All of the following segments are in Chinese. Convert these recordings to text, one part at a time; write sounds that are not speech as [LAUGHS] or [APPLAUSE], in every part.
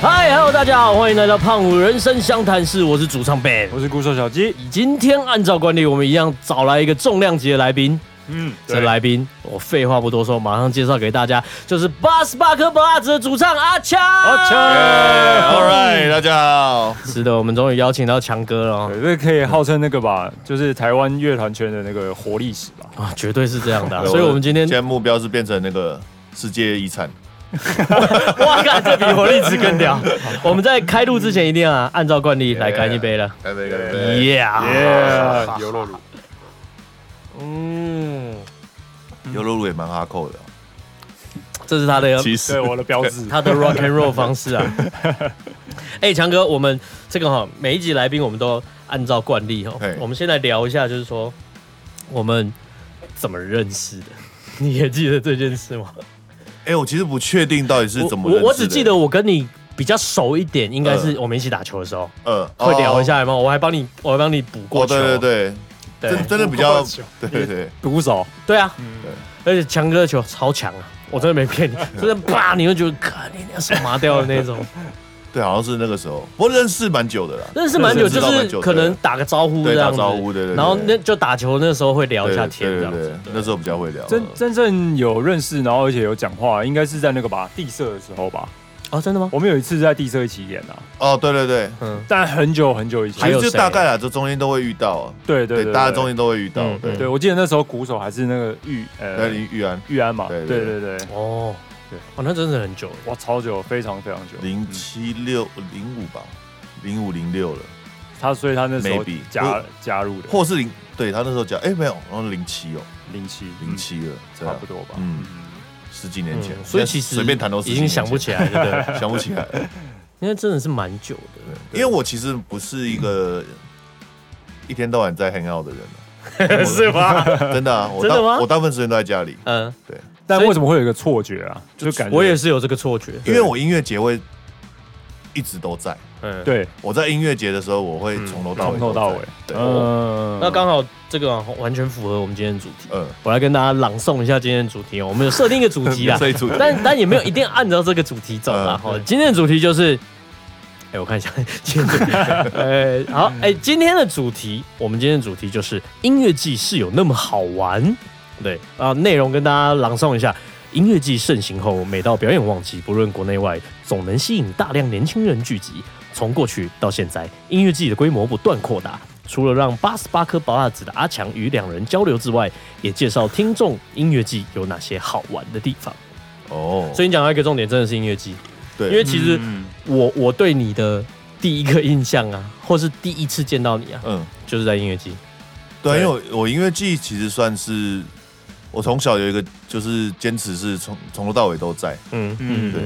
嗨，Hello，大家好，欢迎来到胖虎人生相谈室，我是主唱 Ben。我是鼓手小鸡。今天按照惯例，我们一样找来一个重量级的来宾。嗯，这来宾，我废话不多说，马上介绍给大家，就是八十八颗八子的主唱阿强。阿强 All right，大家好。是的，我们终于邀请到强哥了哦对，这可以号称那个吧，就是台湾乐团圈的那个活历史吧。啊，绝对是这样的啊、所以我们今天现在目标是变成那个世界遗产。哇，干这比活力值更屌！我们在开录之前一定要啊按照惯例来干一杯了。来杯，来 Yeah，耶，牛肉乳。嗯，牛肉乳也蛮哈扣的哦，这是他的其对，实我的标 [LAUGHS] 志。他的 rock and roll 方式啊。哎，强哥，我们这个哈、每一集来宾我们都按照惯例哈、嘿我们先来聊一下，就是说我们怎么认 [LAUGHS] 识的。你也记得这件事吗？哎，我其实不确定到底是我怎么认我识的我只记得我跟你比较熟一点，应该是我们一起打球的时候，呃，会聊一哦。下吗？我还帮你，我还帮你补过哦，球。啊对对对，对真嗯真的比较我过球，对对对，鼓手，对啊，而且强哥的球超强啊，我真的没骗你，嗯真的啪，你就觉得，看你那手麻掉的那种。对，好像是那个时候，不过认识蛮久的啦，认识蛮久，认识就到蛮是久的可能打个招呼对这样打子，招呼，对对，对然后那就打球那时候会聊一对下对天这对样对子对。，那时候比较会聊。真真正有认识，然后而且有讲话，应该是在那个吧地社的时候吧。哦，真的吗？我们有一次在地社一起演啊，哦，对对对，嗯，但很久很久以还其前。有实就谁大概啊，这中间都会遇到啊，对对对，大家中终于。间都会遇到嗯，对嗯，对，我记得那时候鼓手还是那个玉那呃林玉安，玉安嘛。对对对对对，哦，对哦，那真的很久了。哇，超久，非常非常久。零七六零五吧，零五零六了。他所以他那时候 Maybe 加加入的或是零，对他那时候讲，哎、没有，然后零七哦，零七零，七了，嗯差这样不多吧。嗯嗯。十几年前，嗯所以其实随便谈都已经想不起起来了，对 [LAUGHS] 不对想不起来 [LAUGHS] 了，因为真的是蛮久的。因为我其实不是一个一天到晚在 hang out 的 [LAUGHS] 人、啊、是吗？真的啊，我真的吗大我大部分时间都在家里，嗯，但所以为什么会有一个错觉啊？就感觉我也是有这个错觉。因为我音乐节会一直都在，嗯，。对，我在音乐节的时候我会从头到尾从头到尾都在，对，嗯，那刚好这个啊完全符合我们今天的主题。嗯，我来跟大家朗诵一下今天的主题哦。我们有设定一个主 [LAUGHS] 题啊，所以主 [LAUGHS] 但但也没有一定按照这个主题走啦。嗯哈、今天的主题就是，哎、我看一下， [LAUGHS] 今天的主题，呃、好，哎、今天的主题，我们今天的主题就是音乐季是有那么好玩，对啊，内容跟大家朗诵一下。音乐季盛行后，每到表演旺季，不论国内外，总能吸引大量年轻人聚集。从过去到现在，音乐季的规模不断扩大。除了让八十八颗宝辣子的阿强与两人交流之外，也介绍听众音乐季有哪些好玩的地方。哦，所以以你讲到一个重点，真的是音乐季，对，因为其实嗯我我对你的第一个印象啊，或是第一次见到你啊，嗯，就是在音乐季。对，啊对因为我我音乐季其实算是我从小有一个就是坚持是从从头到尾都在，嗯嗯对。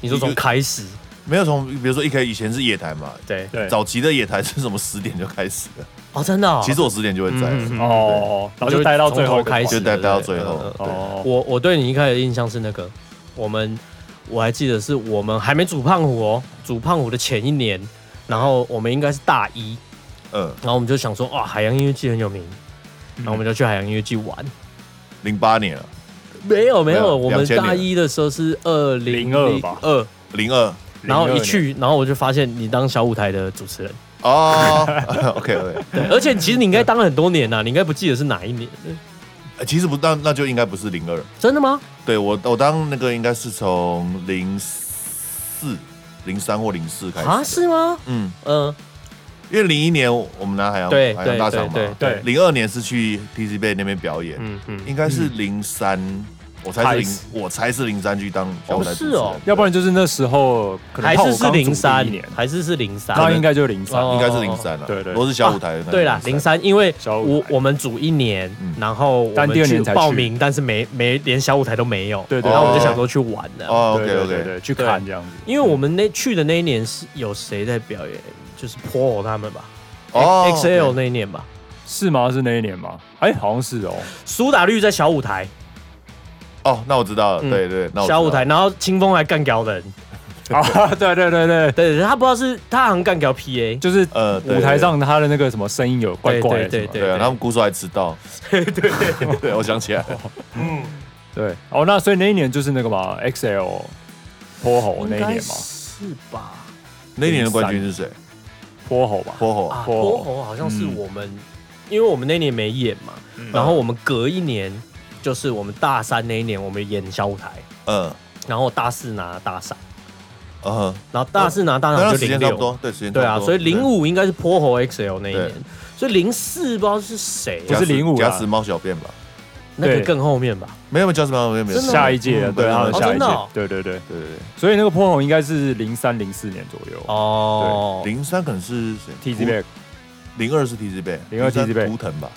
你说从开始，没有从比如说一开始以前是夜台嘛，对对早期的野台是什么十点就开始的，哦，真的、哦。其实我十点就会在了，嗯嗯嗯哦，然后就待到最后从头开始，就待待到最后对对对对哦，我我对你一开始的印象是那个，我们我还记得是我们还没煮胖虎哦，煮胖虎的前一年，然后我们应该是大一，嗯，然后我们就想说哇，海洋音乐季很有名，然后我们就去海洋音乐季玩。零八年了，没有没没有，有我们2000大一的时候是二零02吧二，零二然后一02年去，然后我就发现你当小舞台的主持人，哦 [LAUGHS] ，OK OK，对，而且其实你应该当了很多年呐、你应该不记得是哪一年，呃其实不当那就应该不是零二，真的吗？对我我当那个应该是从零四、零三或零四开始，啊，是吗？嗯，嗯，因为零一年我们拿海洋对海洋大场嘛对，对对零二年是去 TC Bay 那边表演，嗯嗯，应该是零三，我猜是开始零，我猜是零三去当小舞台主持是哦人，要不然就是那时候可能还泡我是是刚组零三第一年，，还是是零三。那应该就是零三哦应该是零三了，对对都是小舞台的那个03。对啦，零三，因为小舞我台我们组一年，嗯然后我但们第二年才去报名，但是没没连小舞台都没有，对对然后我们对就想说去玩的，哦对，OK 对对 OK，对，去看这样子，因为我们那去的那一年是有谁在表演，就是 Paul 他们吧哦，XL ，OK 那一年吧，是吗？是那一年吗？哎，好像 [LAUGHS] 是哦，苏打绿在小舞台，哦，那我知道了，嗯对对，那我知道小舞台，，然后清风还干掉人，哦啊， [LAUGHS] 对对对对，对他不知道是他好像干掉 PA，就是呃，对舞台，上他的那个什么声音有怪怪对的，对什么对对啊，他们鼓手还迟到，对 [LAUGHS] 对对，我想起来了，嗯对，哦，那所以那一年就是那个嘛，XL 泼猴那一应年该嘛，是是吧？那一年的冠军是谁？泼猴吧，泼猴。啊，泼泼猴好像是嗯我们，因为我们那年没演嘛，嗯然后我们隔一年，就是我们大三那一年，我们演小舞台，嗯然后我大四拿大赏，嗯，然后大四拿大那赏段就时零间差不六，多，对时间差对不啊，多所以零五应该是泼猴 XL 那一对年，所以零四不知道是谁不啊，是05啦假死猫小便吧？那个对更后面吧？没有没有假死猫小便，没有真的吗下一届的嗯对，对他们哦下一真的哦届，对对对，对对对，所以那个泼猴应该是零三零四年左右哦，零三可能是谁，T Z Back 零二是 T 字辈， 02 03 TZ 辈图腾吧？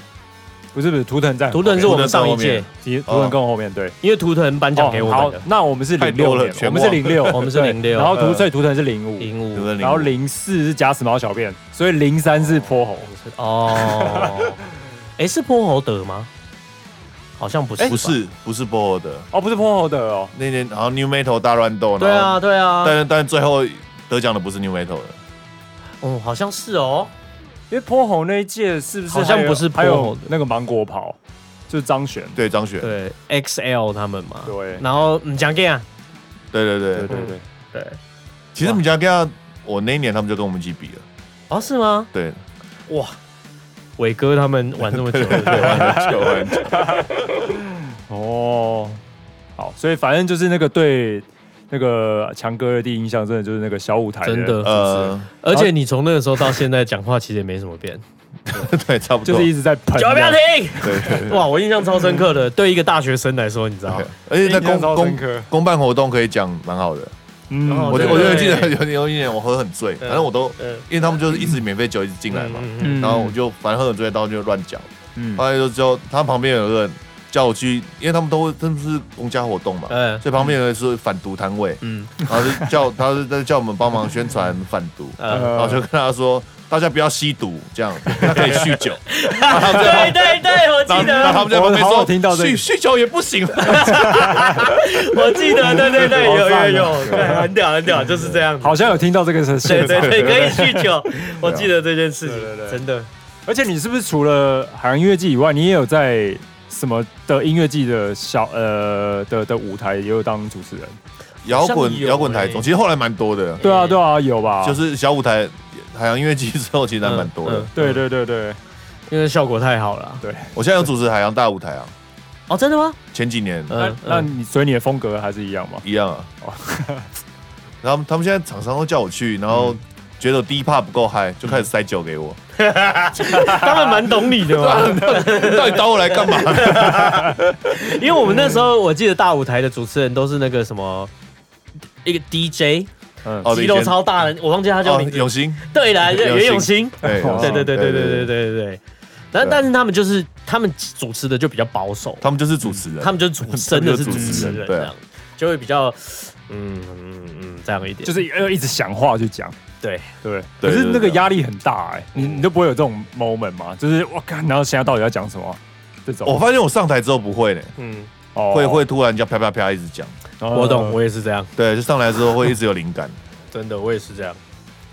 不是不是图腾在图腾是我们上一图腾在届提后，哦图腾更后面对。哦因为图腾颁奖给我好们的，那我们是太零多六了年，全我们是忘零六，我们是对06然后呃图所以图腾是零五，零对不五对？然后零四是假死毛小便，所以零三是泼猴，哦，哎，是泼猴得吗？好像不是，不，是不是波尔的哦，不是泼猴的哦，那年，然后 New Metal 大乱斗，对然后啊，对啊，但但最后得奖的不是 New Metal 的，哦，好像是哦，因为泼猴那一届是不是好像还有不是还泼猴有的那个芒果跑，就是张悬，对张雪，对对，XL 他们嘛，对然后嗯，讲给啊，对对对对。对对，对，其实米加盖亚，我那一年他们就跟我们一起比了，哦，是吗？对，哇，伟哥他们玩这么久，对不对很久 [LAUGHS] 很久。哦，好，所以反正就是那个对那个强哥的第一印象，真的就是那个小舞台真的呃，而且你从那个时候到现在讲话其实也没什么变，对，差不多。就是一直在喷，脚不要停！对对对哇，我印象超深刻的，对一个大学生来说，你知道吗对，而且在印象公超深公刻公办活动可以讲蛮好的。嗯，哦我对就我就对记得对有 [LAUGHS] 有一年我喝很醉，反正我都嗯因为他们就是一直免费酒一直进来嘛，嗯嗯嗯嗯然后我就反正喝很醉，然后就乱讲。嗯后来就之后，他旁边有个人叫我去，因为他们都会他们是公家活动嘛，嗯所以旁边有个是反毒摊位，嗯然后就叫他是在叫我们帮忙宣传反毒，嗯呃，然后就跟他说大家不要吸毒，这样他可以酗酒。 [LAUGHS] 对对对，我记然得，后他们在旁边我好说像听到这个酗酗酒也不行，我记得，对对 [LAUGHS] 对，有好有赞哦有，对，很屌很屌，就是这样子。好像有听到这个对是现对场，对，可以酗酒， [LAUGHS] 我对啊记得这件事对情，对对真的。而且你是不是除了海洋音乐季以外，你也有在什么的音乐季的小呃的的舞台也有当主持人？摇滚像有摇滚台欸中，其实后来蛮多的，对啊，对啊，有吧？就是小舞台海洋音乐季之后，其实还蛮多的嗯。对对对对，因为效果太好了。我现在有主持海洋大舞台啊，哦，真的吗？前几年那嗯，那嗯你所以你的风格还是一样吗？一样啊哦。然后他们现在厂商都叫我去，然后觉得我第一趴不够嗨，就开始塞酒给我。他们蛮懂你的 [LAUGHS] 嘛。到底找我来干嘛？因为我们那时候我记得大舞台的主持人都是那个什么。一个 DJ 嗯，哦肌肉超大的，我忘记他叫哦名，字。永兴，对啦，永兴袁永新。对哦对对对对对对对对，对对。但对啊但是他们就是他们主持的就比较保守，他们就是主持人，他们就是主真的是主他们就是主持持人人这对啊样，就会比较嗯嗯嗯这样一点。就是要一直想话去讲，对，对。对可是对那个对压力很大哎，你你都不会有这种 moment 吗？就是我靠，然后现在到底要讲什么？这我种发现我上台之后不会呢，嗯，哦嗯会会突然就啪啪啪一直讲，我懂，我也是这样，对，就上来之后会一直有灵感，呃真的我也是这样。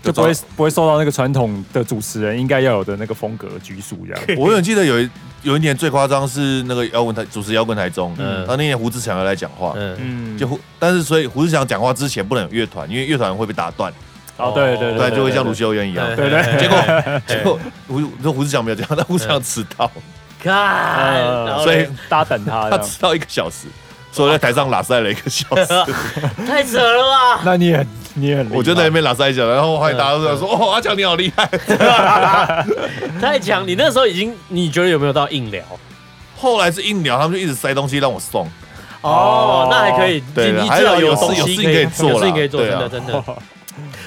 就不会不会受到那个传统的主持人应该要有的那个风格拘束，这样。 [LAUGHS] 我永远记得有一有一年最夸张是那个摇滚台主持摇滚台中，嗯然后那年胡志强要来讲话，嗯，嗯，就胡但是所以胡志强讲话之前不能有乐团，因为乐团会被打断，哦，对哦对对，不然就会像卢对秀燕一嗯样。对对结果结果胡你说胡志强没有讲，但胡志强迟到，嗯看，呃然后所以嘞大家等他这他样。迟到一个小时，所以我在台上拉塞了一个小 [LAUGHS] 时。嗯太扯了吧？那你也很你也很厉害，我就在那边拉塞一下，然后后来大家都在嗯说：“哦，阿强你好厉害。太强！你那时候已经，你觉得有没有到硬聊？”后来是硬聊，他们就一直塞东西让我送。哦哦，那还可以，对你你还至有少有东事有西事可情可以以做有事情啦可以做，对真啊的真的。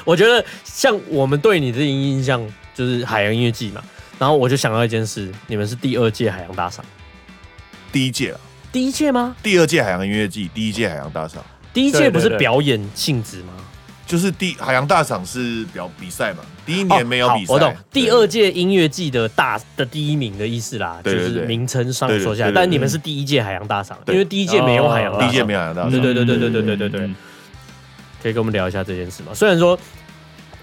我觉得像我们对你的印象就是海洋音乐季嘛，然后我就想到一件事，你们是第二届海洋大赏，第一届啊，第一届吗？第二届海洋音乐季，第一届海洋大赏，第一届对对不是对表演性质吗？就是第海洋大赏是表比赛嘛，第一哦年没有好比赛。我懂。对第二届音乐季的大的第一名的意思啦，就对对是对名称上对对说下来，对对但对你们是第一届海洋大赏，因对为第一届没有海洋大哦赏，第一届没有海洋大对赏，对对对对对对对对嗯可以跟我们聊一下这件事吗？虽然说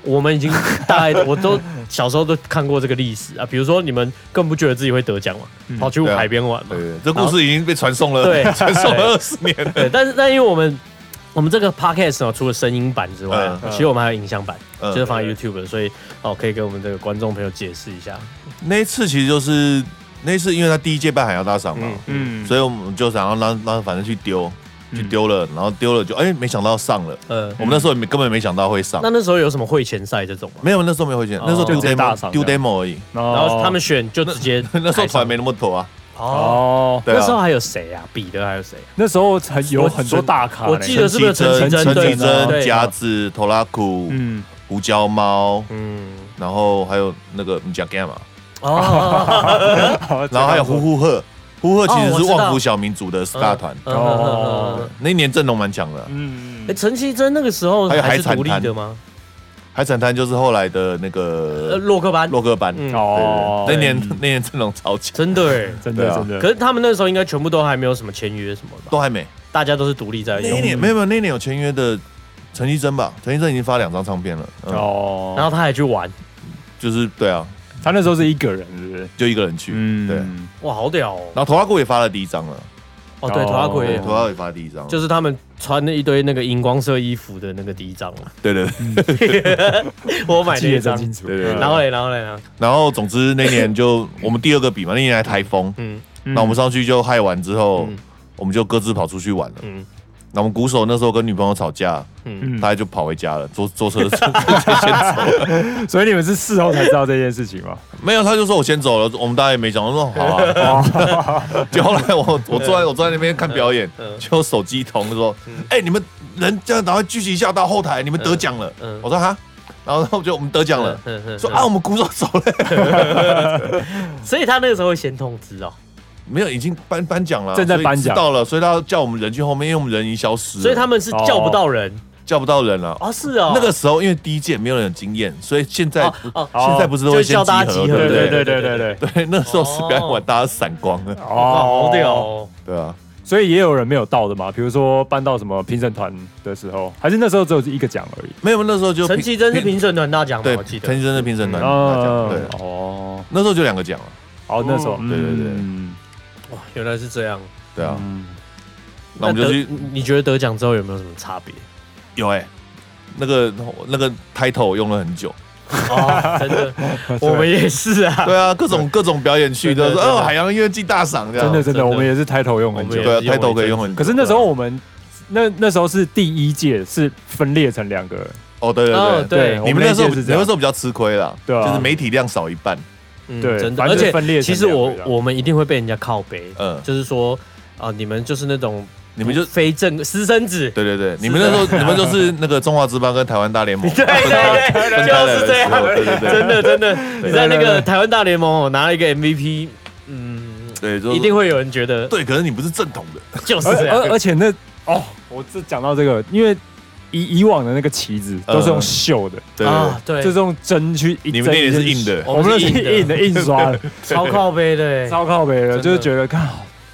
我们已经大概 [LAUGHS] 我都小时候都看过这个历史啊，比如说你们更不觉得自己会得奖嘛，跑去对啊海边玩嘛 [LAUGHS] 对，对，对这故事已经被传送了，对传送了二十年。 [LAUGHS] 对，但是但因为我们。我们这个 podcast 哦，除了声音版之外啊，嗯其实我们还有影像版，嗯就是放在对 YouTube，的所以哦，可以跟我们这个观众朋友解释一下。那一次其实就是那一次，因为他第一届办海洋大赏嘛，嗯，所以我们就想要让让反正去丢，去丢了，嗯然后丢了就哎没想到上了，呃，我们那时候也没根本没想到会上那，那时候有什么会前赛这种吗？没有那时候没有会选，那时候哦丢就直接大赏 demo 丢这样 demo 而已， [LAUGHS] 然然后他们选就直接那时候开上团没那么多啊，哦，哦，对那时候啊，还有谁啊？彼得还有谁啊？那时候很有很多大咖呢，我记得是不是啊陈绮陈贞绮对贞、对夹子、头拉苦、嗯，胡椒猫，嗯，然后还有那个你讲 gamma，哦， [LAUGHS] 然后还有呼呼鹤，呼鹤其实哦我是知道旺福小民族的 star 团，嗯嗯嗯嗯嗯那一年阵容蛮强的啊。嗯，哎，陈绮贞那个时候还有还是海独立产的吗？海产摊就是后来的那呃，个洛克班，洛克班，嗯对哦，哎对对那 [LAUGHS] 年那年阵容超强，真的哎。真对的啊真的，可是他们那时候应该全部都还没有什么签约什么的吧，都还没。大家都是独立在那用一。年没有没有，那一年有签约的陈绮贞吧？陈绮贞已经发两张唱片了，嗯哦，然后他还去玩，就是对啊，他那时候是一个人，是不是？就一个人去。嗯，对哇，好屌哦！然后头发裤也发了第一张了，哦，对，哦头发鬼头发也发了第一张了，就是他们穿了一堆那个荧光色衣服的那个第一张嘛，对对对。我买那记一得张真。清楚。对对对然后嘞，然后嘞，然后嘞然后总之那年就我们第二个比嘛，那年还台风，嗯那我们上去就嗨完之后嗯，我们就各自跑出去玩了。嗯那我们鼓手那时候跟女朋友吵架，嗯，他就跑回家了，坐坐车坐车先走了。所以你们是事后才知道这件事情吗？ [LAUGHS] 没有，他就说我先走了，我们大家也没讲，我说好啊。 [LAUGHS] 就后来我我坐在我坐在那边看表演哦嗯嗯，嗯就手机一通就说嗯，哎、你们人这样赶快聚集一下到后台，你们得奖了。嗯嗯我说哈，然后我就我们得奖了，嗯嗯说啊我们鼓手走了，所以他那个时候会先通知哦，没有已经颁颁奖了，正在颁奖所以知道了，所以他叫我们人去后面，因为我们人已经消失了，所以他们是叫不到人叫不到人了。哦，是哦，嗯那个时候因为第一届没有人有经验，所以现在、哦哦，哦现在不是都就会是先叫大家集合，集合 [LAUGHS] 对不对对？对对对对对，对，那时候是表演完哦大家闪光了，哦，好屌哦，对啊。所以也有人没有到的嘛，比如说搬到什么评审团的时候，还是那时候只有一个奖而已。没有，那时候就陈绮贞是评评审团大奖嘛，对，我记得陈绮贞是评审团大奖，对啊哦，，哦，那时候就两个奖了，哦，那时候，对对对嗯哇，原来是这样。对啊。嗯那我们就得去你觉得得奖之后有没有什么差别？有欸哎，那个那个 title 我用了很久，哦，真 [LAUGHS] 的，我哦们也是啊，对啊，各种各种表演去对都对说对哦，对海洋音乐季大赏这真的样，真真的的，我们也是抬头用很我们久也。对用啊了，title 可以用很久。可是那时候我们那那时候是第一届，是分裂成两个，哦，对对哦对，对我你们们那那一时届候你是们这那样时。候比较吃亏啦，对啊就是媒体量少一半，嗯对真的，反而正且分裂成其实我两个这样我们一定会被人家靠背，嗯，就是说啊，你们就是那种你们就非正私生子，对对对，你们那时候你们 [LAUGHS] 就是那个中华之邦跟台湾大联盟对对对，分开就来是的这时候，样，对对对真的真的，你在那对对对个台湾大联盟哦拿了一个 MVP，嗯，对，就是一定会有人觉得对，可是你不是正统的，就是而这而样，而且那哦，我这讲到这个，因为以以往的那个旗子都是用绣的，对对啊，对这，种针去一你针们那也是一针硬的我们那是我们是硬硬的的印刷的，超靠背的，超靠北真了，的就是觉得看，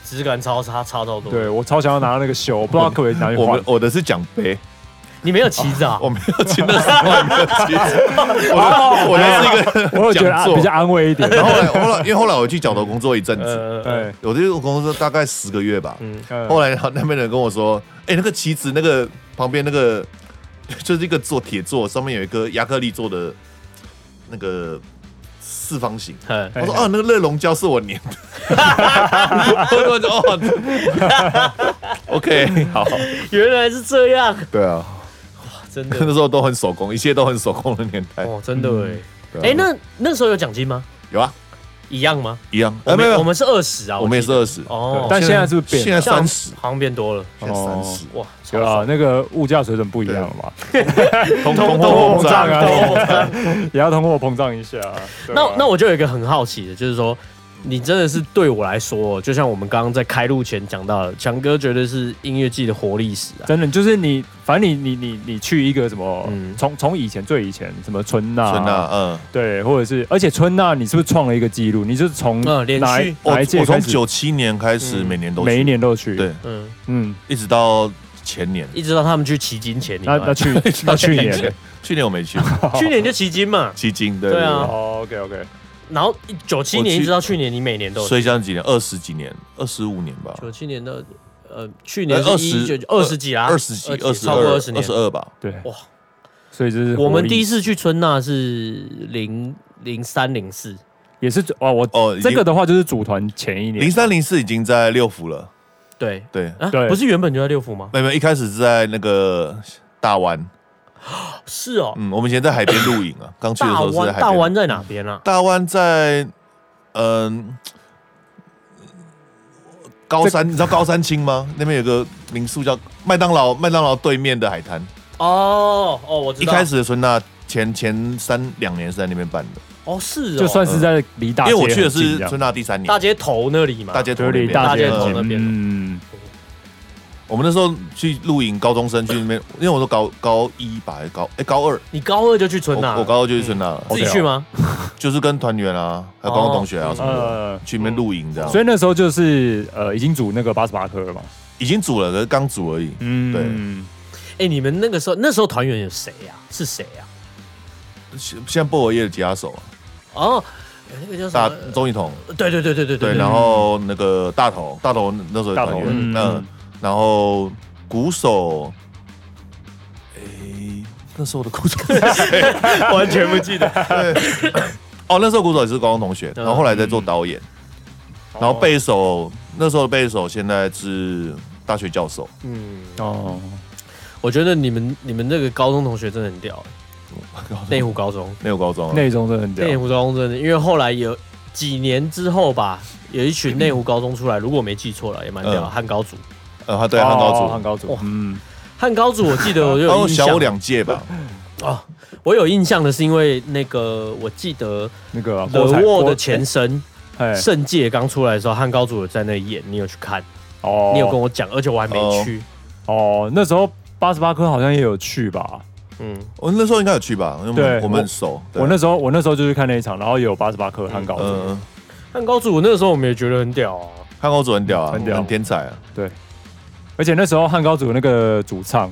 质感超差，差到多。对我超想要拿到那个绣，我不知道可不可以拿去对，我换们。我的是奖杯。你没有旗子啊我？没有去那时候还没有去，我哦我那是一个我有觉得啊讲座比较安慰一 [LAUGHS] 点，然后后来后来，因为后来我去角头工作一阵子，呃，对，我这个工作大概十个月吧。嗯，嗯 [LAUGHS] 后来那边的人跟我说，哎，那个旗子那个旁边那个 [LAUGHS] 就是一个做铁座，上面有一个亚克力做的那个四方形。嗯我说哎哦，那个热熔胶是我粘的， [LAUGHS] 我说哦 [LAUGHS] ，OK，好，原来是这样，对啊，真那的，时候都很手工，一切都很手工的年代。哦，真的对哎，啊哎，那那时候有奖金吗？有啊，一样吗？一样，我哎，没们有，没有我们是二十啊，我们也记是得二十，哦，但现在是不是现变在了？三十，好像变多了，现在三十，哇，有啊，那个物价水准不一样了嘛，通通通货货膨膨胀胀啊啊！ [LAUGHS] 也要通货膨胀一下啊。对吧那那我就有一个很好奇的，就是说，你真的是对我来说，就像我们刚刚在开录前讲到的，强哥绝对是音乐季的活历史啊。 [LAUGHS] 真的就是你，反正你你你你去一个什么嗯，从从以前最以前什么春娜，春娜，嗯，对，或者是而且春娜你是不是创了一个记录？你是从嗯连续哪一我哪一届哦我从开始？九七年开始，嗯每年都去每一，年都去，对，嗯，嗯，一直到前年，一直到他们去骑金前，你那那们去 [LAUGHS] 那去年， [LAUGHS] 去年我没去， [LAUGHS] 去年就骑金嘛，基金对对啊 [LAUGHS] 哦，OK OK，然后九七我年去一直到去年，你每年都有所以这样几年，二十几年，二十五年吧，九七年到呃，去年二一十九二十几啦，二十几、二十超过二十二年十。二吧，对，哇，所以这是我们活力第一次去春娜是零零三零四，也是哦，我哦已经这个的话就是组团前一零年，三零四已经在六福了，对对，啊，对不是原本就在六福吗？没有没有，一开始是在那个大湾，是哦，嗯，我们以前在海边露营啊，刚去的时大候是在湾海大边嗯湾在哪边啊？大湾在嗯、高山，你知道高山青吗？那边有个民宿叫麦当劳，麦当劳对面的海滩。哦哦，我知一道，开始的春娜前前三两年是在那边办的，哦是哦，就算是在离大嗯因街为啊很近我这样，去的是春娜第三年大，街头那里嘛，大街就头那离边。呃大街大街头很那近边的嗯，我们那时候去露营，高中生去那边，因为我都高高一吧，还是高哎、高二，你高二就去春我啊娜，我高二就去春娜了，嗯自己去吗？就是跟团员啊，还有高中同学啊什么的，呃，去那边露营这样。所以那时候就是呃，已经组那个八十八颗了嘛，已经组了，可是刚组而已。嗯， [LAUGHS] 对哎，你们那个时候那时候团员有谁呀？是谁啊呀？现现在薄荷叶的吉他手啊，哦，有那个叫大啥？呃钟一彤，对对对对对对，然后那个大头，大头那时候嗯大团头，员，嗯，嗯，然后鼓手，诶，那时候的 [LAUGHS] 鼓手是谁，完全不记得。哦，那时候鼓手也是高中同学，然后后来在做导嗯演，哦然后贝手那时候的贝手现在是大学教授，嗯，哦，我觉得你们你们那个高中同学真的很屌，内湖高中， [LAUGHS] 没有高中啊，内容真的很内嗯屌，湖高中真的，因为后来有几年之后吧，有一 [CLEARS THROAT] 群内湖高中出来，如果我没记错了，也蛮屌的，嗯汉高组。呃，他对汉高很组，高组哇，嗯，汉高组我记得 [LAUGHS] 我就然有后印小象，我两届吧，哦，我有印象的是因为那个我记得那个啊德郭采沃郭的前身哎圣界刚出来的时候，汉高组有在那里演，你有去看，哦，你有跟我讲，而且我还没哦去。哦，那时候八十八颗好像也有去吧。嗯，我那时候应该有去吧，因为我对们我们很熟，对我那时候我那时候就去看那一场，然后也有八十八颗汉高嗯组，嗯汉高组我那个时候我们也觉得很屌啊。汉高组很屌啊，很屌很天才啊，而且那时候汉高组那个主唱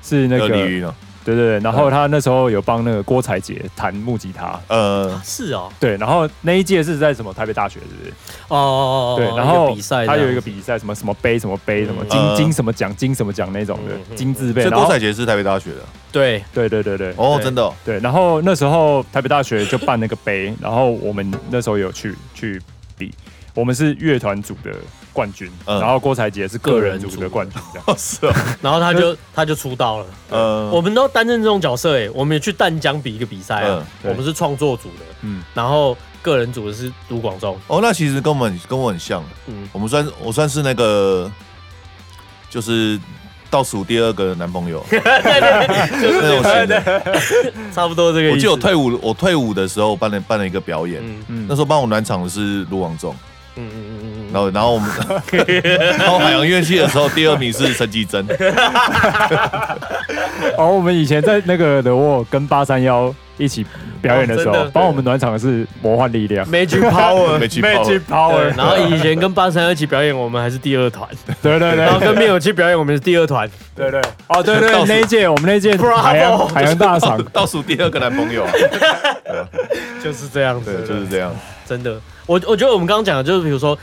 是那有个鲤对鱼呢，对对，嗯然后他那时候有帮那个郭采洁弹木吉他，呃，是哦，对，然后那一届是在什么台北大学是不是？哦哦哦，对，哦然一后个比赛，他有一个，比赛，什么什么杯什么杯什么嗯金呃金什么奖金什么奖那种的嗯金字所辈，以然郭后采洁是台北大学的对，对对对对，哦，对真的 [LAUGHS] 哦，对，然后那时候台北大学就办那个杯，然后我们那时候有去去比，我们是乐团组的冠军，嗯然后郭采洁是个人个人组组的冠军， [LAUGHS] 这样。哦是啊，然后他就 [LAUGHS] 他就出道了。呃我们都担任这种角色哎、我们也去淡江比一个比赛啊嗯，对我们是创作组的，嗯嗯，然后个人组的是卢广仲，哦，那其实跟我们跟我很像，嗯，我们算我算是那个，就是倒数第二个男 [LAUGHS] 朋友那种型的。差不多这个嗯我意思。记得我退伍，我退伍的时候办了办了一个表演，嗯嗯那时候帮我暖场的是卢广仲，嗯嗯嗯嗯嗯，然后 [LAUGHS] 然后我们，然后海洋乐器的时候第二名是陈绮 [LAUGHS] 贞，哦，我们以前在那个德沃跟八三幺一起表演的时哦真候的，帮我们暖场的是魔幻力量 [LAUGHS] Magic Power，没去泡，对， Power，然后以前跟八三二七表演，我们还是第二团，对对然后对跟灭火器表演，我们是第二团。对对，哦对倒对，数那一届我们那一届 Bravo 海洋海洋大 [LAUGHS] 赏，倒数第二个男朋友啊，就是这样对，子，就是这样，真的。我我觉得我们刚刚讲的就是，比如说，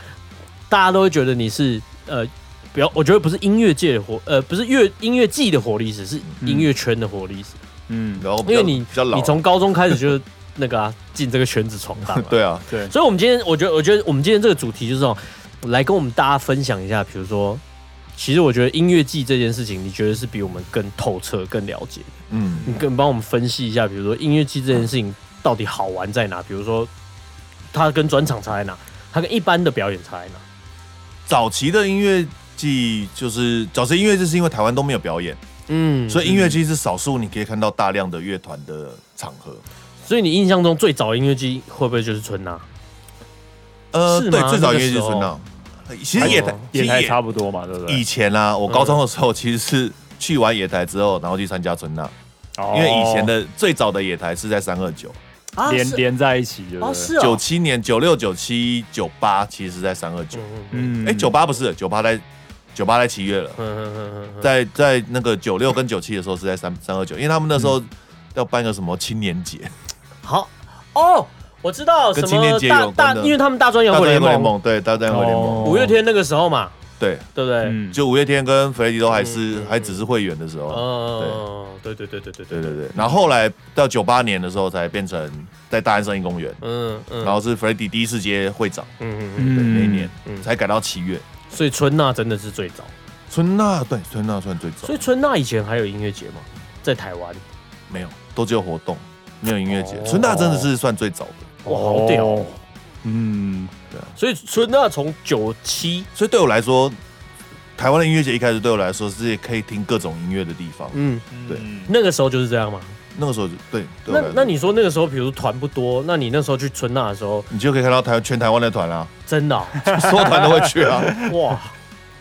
大家都会觉得你是呃，不要，我觉得不是音乐界的活，呃，不是乐音乐季的活历史，是嗯音乐圈的活历史。嗯，然后比因为较你比较老你，从高中开始就那个啊，进这个圈子闯荡、啊。 [LAUGHS] 对啊，所以，我们今天，我觉得，我觉得我们今天这个主题就是这种，来跟我们大家分享一下，比如说，其实我觉得音乐季这件事情，你觉得是比我们更透彻、更了解的。嗯，你更帮我们分析一下，比如说音乐季这件事情到底好玩在哪？比如说，它跟专场差在哪？它跟一般的表演差在哪？早期的音乐季就是早期音乐季是因为台湾都没有表演。嗯，所以音乐季是少数你可以看到大量的乐团的场合。所以你印象中最早的音乐季会不会就是春娜？呃，是吗对，最早音乐季是春那浪，其实野台哦其也实才野差不多嘛，对不对以？前啊，我高中的嗯时候其实是去完野台之后，然后去参加春浪，哦因为以前的最早的野台是在三二九，啊连连在一起，对不哦对？是九哦，七年、九六、九七、九八，其实是在三二九。嗯嗯嗯哎，九八不是，九八在九八在七月了，嗯嗯在在那个九六跟九七的时候是在三三二九，因为他们那时候要办个什么青年节，好哦，我知道跟什青年么节有大关大，的因为他们大专摇滚专联联盟盟对，大专摇滚联盟哦五月天那个时候嘛，对，对不对？嗯，就五月天跟弗雷迪都还是嗯嗯还只是会员的时候，哦，对对对对对嗯对对对，然后后来到九八年的时候才变成在大安森林公园，嗯嗯，然后是 Freddy 第一次接会长，嗯嗯对，嗯那一年嗯才改到七月。嗯，所以春娜真的是最早，春娜对，春娜算最早所以，春娜以前还有音乐节吗？在台湾，没有，都只有活动，没有音乐节哦。春娜真的是算最早的，哇，好屌哦！嗯，所以春娜从九七，所以对我来说，台湾的音乐节一开始对我来说是可以听各种音乐的地方。嗯，对嗯那个时候就是这样嘛。那个时候就对，那对我来说那你说那个时候，比如团不多，那你那时候去春娜的时候，你就可以看到台全台湾的团啦，真的哦、 [LAUGHS] 所有团都会去 [LAUGHS] 啊， [LAUGHS] 哇，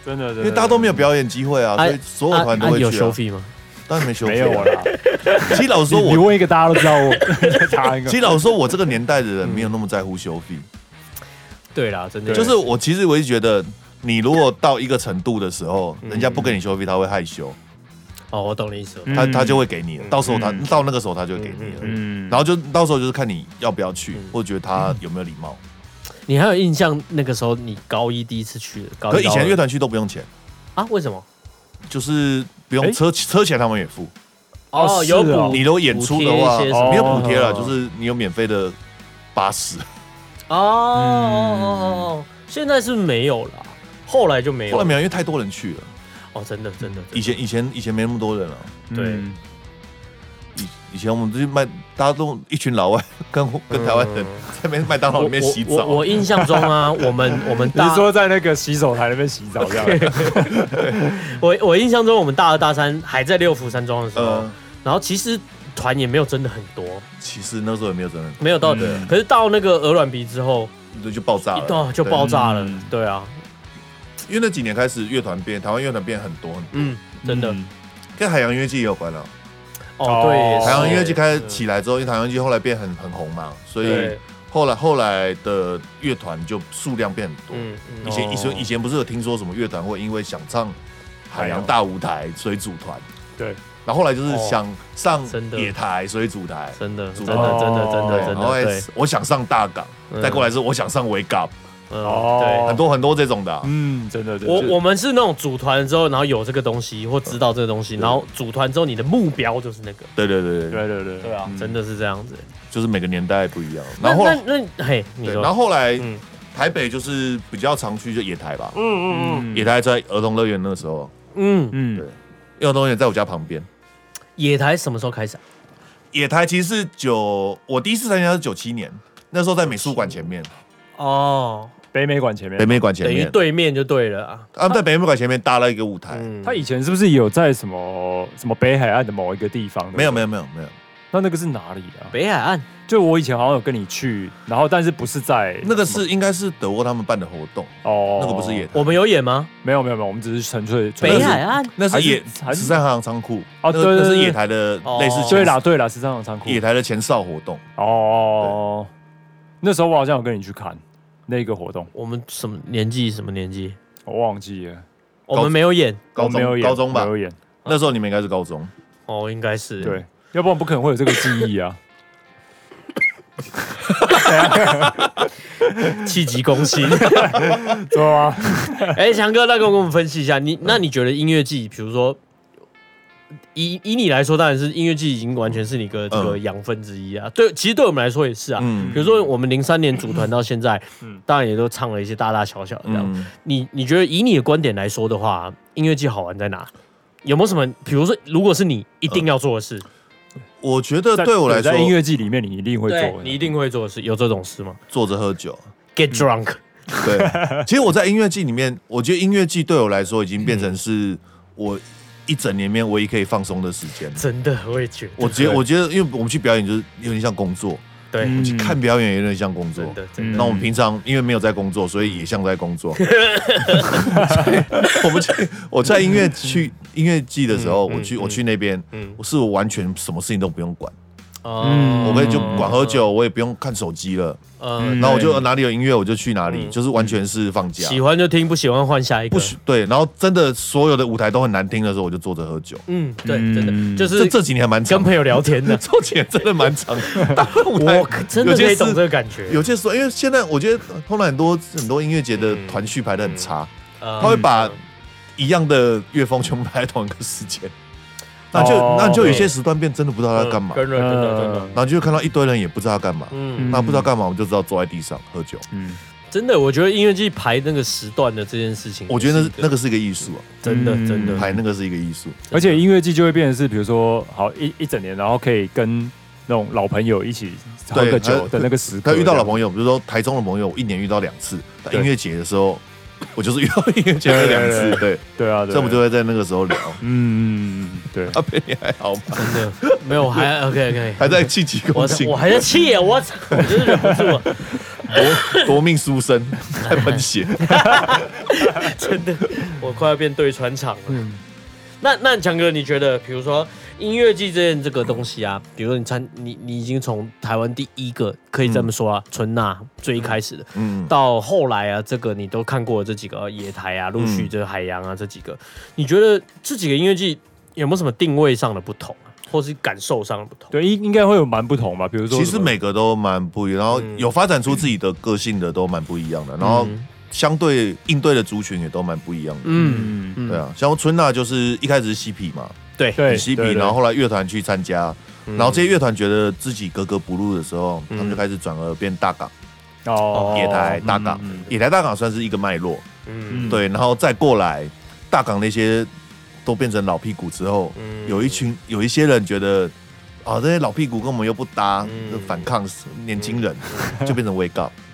真的，因因为大家都没有表演机会啊，哎所以所有团都啊啊会有去收啊。费吗？当然没修，没啊有啦。其实老实说，你你我问一个大家都知道 [LAUGHS] 我，查一个其实老实说，我这个年代的嗯人没有那么在乎修费，对啦，真的对就是我其实我一直觉得，你如果到一个程度的时候，嗯人家不给你修费，他会害羞，哦，我懂你意思了。嗯他他就会给你了嗯到时候他嗯到那个时候他就会给你嗯了，嗯，然后就到时候就是看你要不要去嗯，或觉得他有没有礼貌。你还有印象那个时候你高一第一次去的？高可一以高前二乐团去都不用钱，啊？为什么？就是不用哎车车钱他们也付，哦有是哦补你如果演出的话补贴一些什么没有补贴了，哦就是你有免费的巴士，哦哦哦哦，现在是没有了，后来就没有嗯后了。来没有，因为太多人去了，哦，真的真的，以前以前以前没那么多人了。啊嗯以以前我们就是麦，大家都一群老外跟跟台湾人在那边麦当劳里面洗嗯我我我澡，我印象中 [LAUGHS] 啊，我们我们你是大说在那个洗手台那边洗澡这 [LAUGHS] 样？我我印象中我们大二大三还在六福山庄的时候呃，，然后其实团也没有真的很多，其实那时候也没有真的，没有到，嗯可是到那个鹅卵鼻之后，就就爆炸一到了，啊就爆炸了嗯。对啊，对。因为那几年开始乐团变，台湾乐团变很多，很嗯，真的嗯跟海洋音乐季也有关了。哦，对哦也是，海洋音乐季开始起来之后，因为海洋音乐季后来变很很红嘛，所以对，后来后来的乐团就数量变很多。嗯，嗯以前以哦前以前不是有听说什么乐团会因为想唱海洋大舞台，所以组团。对，然后后来就是哦想上真的野台，所以组台。真的，真主的，哦真的，真对的，，真然后的，还对，我想上大港，嗯再过来是我想上维港，嗯哦对很多很多这种的啊、嗯，真的，真的我我们是那种组团之后，然后有这个东西或知道这个东西，然后组团之后你的目标就是那个，对对对对，啊对对对，嗯真的是这样子。就是每个年代不一样。那然后后来那那嘿，你对，说，然后后来嗯台北就是比较常去就野台吧，嗯嗯野台在儿童乐园那个时候，嗯嗯，嗯对因为儿童乐园在我家旁边。野台什么时候开始啊？野台其实是九，我第一次参加是九七年，那时候在美术馆前面，哦，北美馆前面北，美馆前等于面，哎对面就对了啊。他们在北美馆前面搭了一个舞台。嗯，他以前是不是有在什么什么北海岸的某一个地方？没有没有，有没有没有，那那个是哪里啊？北海岸就我以前好像有跟你去，然后但是不是在那个是应该是德国他们办的活动，哦，那个不是野，台，我们有演吗？没有没有没有，我们只是纯粹北海岸那是野还是十三行仓库哦那个对对那是对野台的类似哦前对啦对啦，十三行仓库野台的前哨活动，哦哦，哦那时候我好像有跟你去看那个活动，我们什么年纪？什么年纪？我忘记了，我们没有演高我没有中演高中吧没，有演，那时候你们应该是高中，哦，应该是。对，要不然不可能会有这个记 [LAUGHS] 忆啊。气急攻心。对啊， [LAUGHS] 哎，强哥，那跟我们分析一下，你嗯那你觉得音乐季，比如说，以以你来说，当然是音乐季已经完全是你的这个嗯养分之一啊。对，其实对我们来说也是啊。 [LAUGHS] 嗯比如说我们零三年组团到现在，嗯当然也都唱了一些大大小小的这样。嗯，你你觉得以你的观点来说的话，音乐季好玩在哪？有没有什么？比如说，如果是你一定要做的事，我觉得在对我来说在，音乐季里面你一定会做对的，你一定会做的事，有这种事吗坐着喝酒， ？Get drunk， [LAUGHS] 对，其实我在音乐季里面，我觉得音乐季对我来说已经变嗯成是我一整年里面唯一可以放松的时间。真的我也觉得，我觉得，我觉得，因为我们去表演就是有点像工作，对，嗯去看表演也有点像工真作。的真的那我们平常因为没有在工作，所以也像在 [LAUGHS] 工作。所以我们去，我在音乐去音乐季的时候，嗯嗯我去嗯我去那边，嗯我是我完全什么事情都不用管，哦嗯我可以就不管喝酒，我也不用看手机了。嗯，然后我对就哪里有音乐我就去哪里，嗯就是完全是放假。喜欢就听，不喜欢换下一个。不许对，然后真的所有的舞台都很难听的时候，我就坐着喝酒。嗯，对，嗯真的就这是这几年还蛮跟长，，朋友聊天的 [LAUGHS] 这几年真的蛮长。大部分舞台我可真的有些可以懂是这个感觉。呃有些时候，因为现在我觉得通常很多很多音乐节的团序排的很差，呃他会把一样的乐风全部排在同一个时间，那就、哦那就有些时段变真的不知道他呃在干嘛，真的真的真的嗯，然后就会看到一堆人也不知道他干嘛，嗯，那不知道干嘛我们就知道坐在地上喝酒，嗯，真的，我觉得音乐剧排那个时段的这件事情，我觉得嗯那是一是个那个是一个艺术啊，真的嗯真的，排那个是一个艺术，而且音乐季就会变成是，比如说好一一整年，然后可以跟那种老朋友一起喝对个他酒的那个时刻，他遇到老友，朋友，比如说台中的朋友，我一年遇到两次，但对音乐节的时候。我就是遇到音乐节的两次，对，对啊，所对啊以我们就会啊在那个时候聊。嗯嗯嗯，对，阿佩，你还好吗？真的没有，还 OK OK， [LAUGHS] 还在气急攻我心我，还在气耶，我操，我真是忍不住了，夺夺命书生，在喷血。 [LAUGHS] 真的，我快要变对穿场了。那那强哥，你觉得，比如说音乐季这件这个东西啊，比如说你参你你已经从台湾第一个可以这么说啊，春娜最一开始的，嗯，到后来啊，这个你都看过这几个呃野台啊、陆续嗯这海洋啊这几个，你觉得这几个音乐季有没有什么定位上的不同啊，或是感受上的不同？对应应该会有蛮不同吧，比如说其实什么每个都蛮不一样，然后嗯有发展出自己的个性的都蛮不一样的，然后相对应对的族群也都蛮不一样的。嗯，嗯嗯嗯对啊，像春娜就是一开始是嬉皮嘛，对，对很嬉皮，对对然后后来乐团去参加，嗯然后这些乐团觉得自己格格不入的时候，他嗯们就开始转而变大港、哦野台、大港嗯嗯、野台、大港算是一个脉络，嗯嗯对，然后再过来大港那些都变成老屁股之后，嗯有一群有一些人觉得。啊，这些老屁股跟我们又不搭，嗯就反抗年轻人，就变成微告。嗯 [LAUGHS]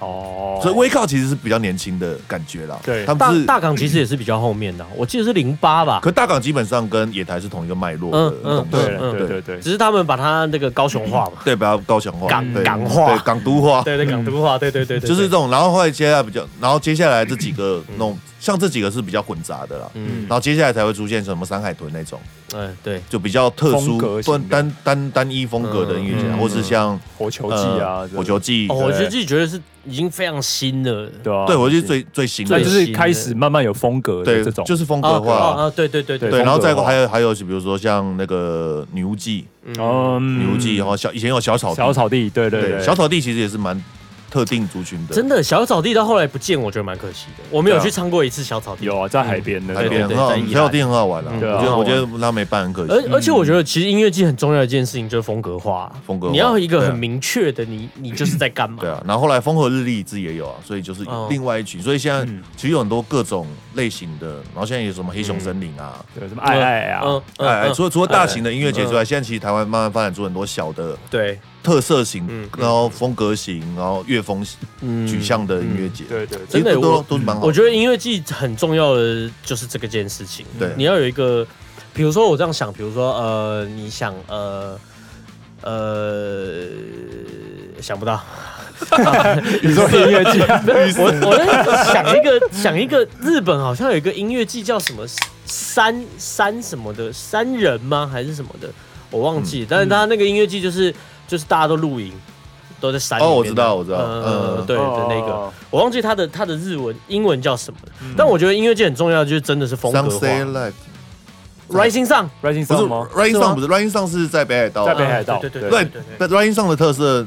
哦，所以微靠其实是比较年轻的感觉啦。对他大们是，大港其实也是比较后面的啊，我记得是零八吧，可大港基本上跟野台是同一个脉络的嗯嗯东对西，嗯了对对对，只是他们把它那个高雄化嘛，对，比较高雄话，港对港话对港都话， [LAUGHS] 对对，港都化，对对对对，就是这种。然后后来接下来比较，然后接下来这几个嗯那种，像这几个是比较混杂的啦。嗯嗯然后接下来才会出现什么山海豚那种，嗯对，就比较特风殊、格型单的单单单一风格的音乐家，嗯或是像火球季啊，火球季，哦，我对觉得自己觉得是已经非常新了，对啊，对我觉得最最新那的就，是开始慢慢有风格的对这，种，就是风格啊化，啊，对对对对，对。然后再风格化还有还有，比如说像那个女巫记，嗯女巫记，然后小以前有小草地小草地，对对对，小草地其实也是蛮特定族群的，真的小草地到后来不见，我觉得蛮可惜的。我们有对啊去唱过一次小草地，有啊，在海边的海边对很对好，在小宜兰草地很好玩啊。我嗯觉对啊得很好我玩觉得他没办很可惜，而而且我觉得，其实音乐季很重要的一件事情就是风格化，风格化你要一个对啊很明确的，你你就是在干嘛嗯对？啊。然后后来风和日丽自己也有啊，所以就是哦另外一群，所以现在嗯其实有很多各种类型的，然后现在有什么黑熊森林啊。对什么爱爱嗯啊，哎，哎除了除了大型的，的音乐节嗯之外，现在其实台湾慢慢发展出很多小的对，特色型嗯，然后风格型，然后乐风嗯取向的音乐节，对对对真的其实都我都是蛮好的。我觉得音乐季很重要的就是这个件事情，对你要有一个，比如说我这样想，比如说呃，你想呃呃想不到，你说音乐季，啊 [LAUGHS] 我我在想一个 [LAUGHS] 想一个日本好像有一个音乐季叫什么山山什么的山人吗还是什么的，我忘嗯记，但是他那个音乐季就是就是大家都露营。都在山里哦，我面知的道，我知道，呃嗯，，对的那个，我忘记他的他的日文英文叫什么了，嗯但我觉得音乐界很重要，就是真的是风格 Some 化。 say like Rising Sun ，Rising 不 Sun 是吗？ Rising 是吗 Sun 不是 Rising Sun 是在北海道在，北海道啊对对对对对对对，但 Rising Sun 的特色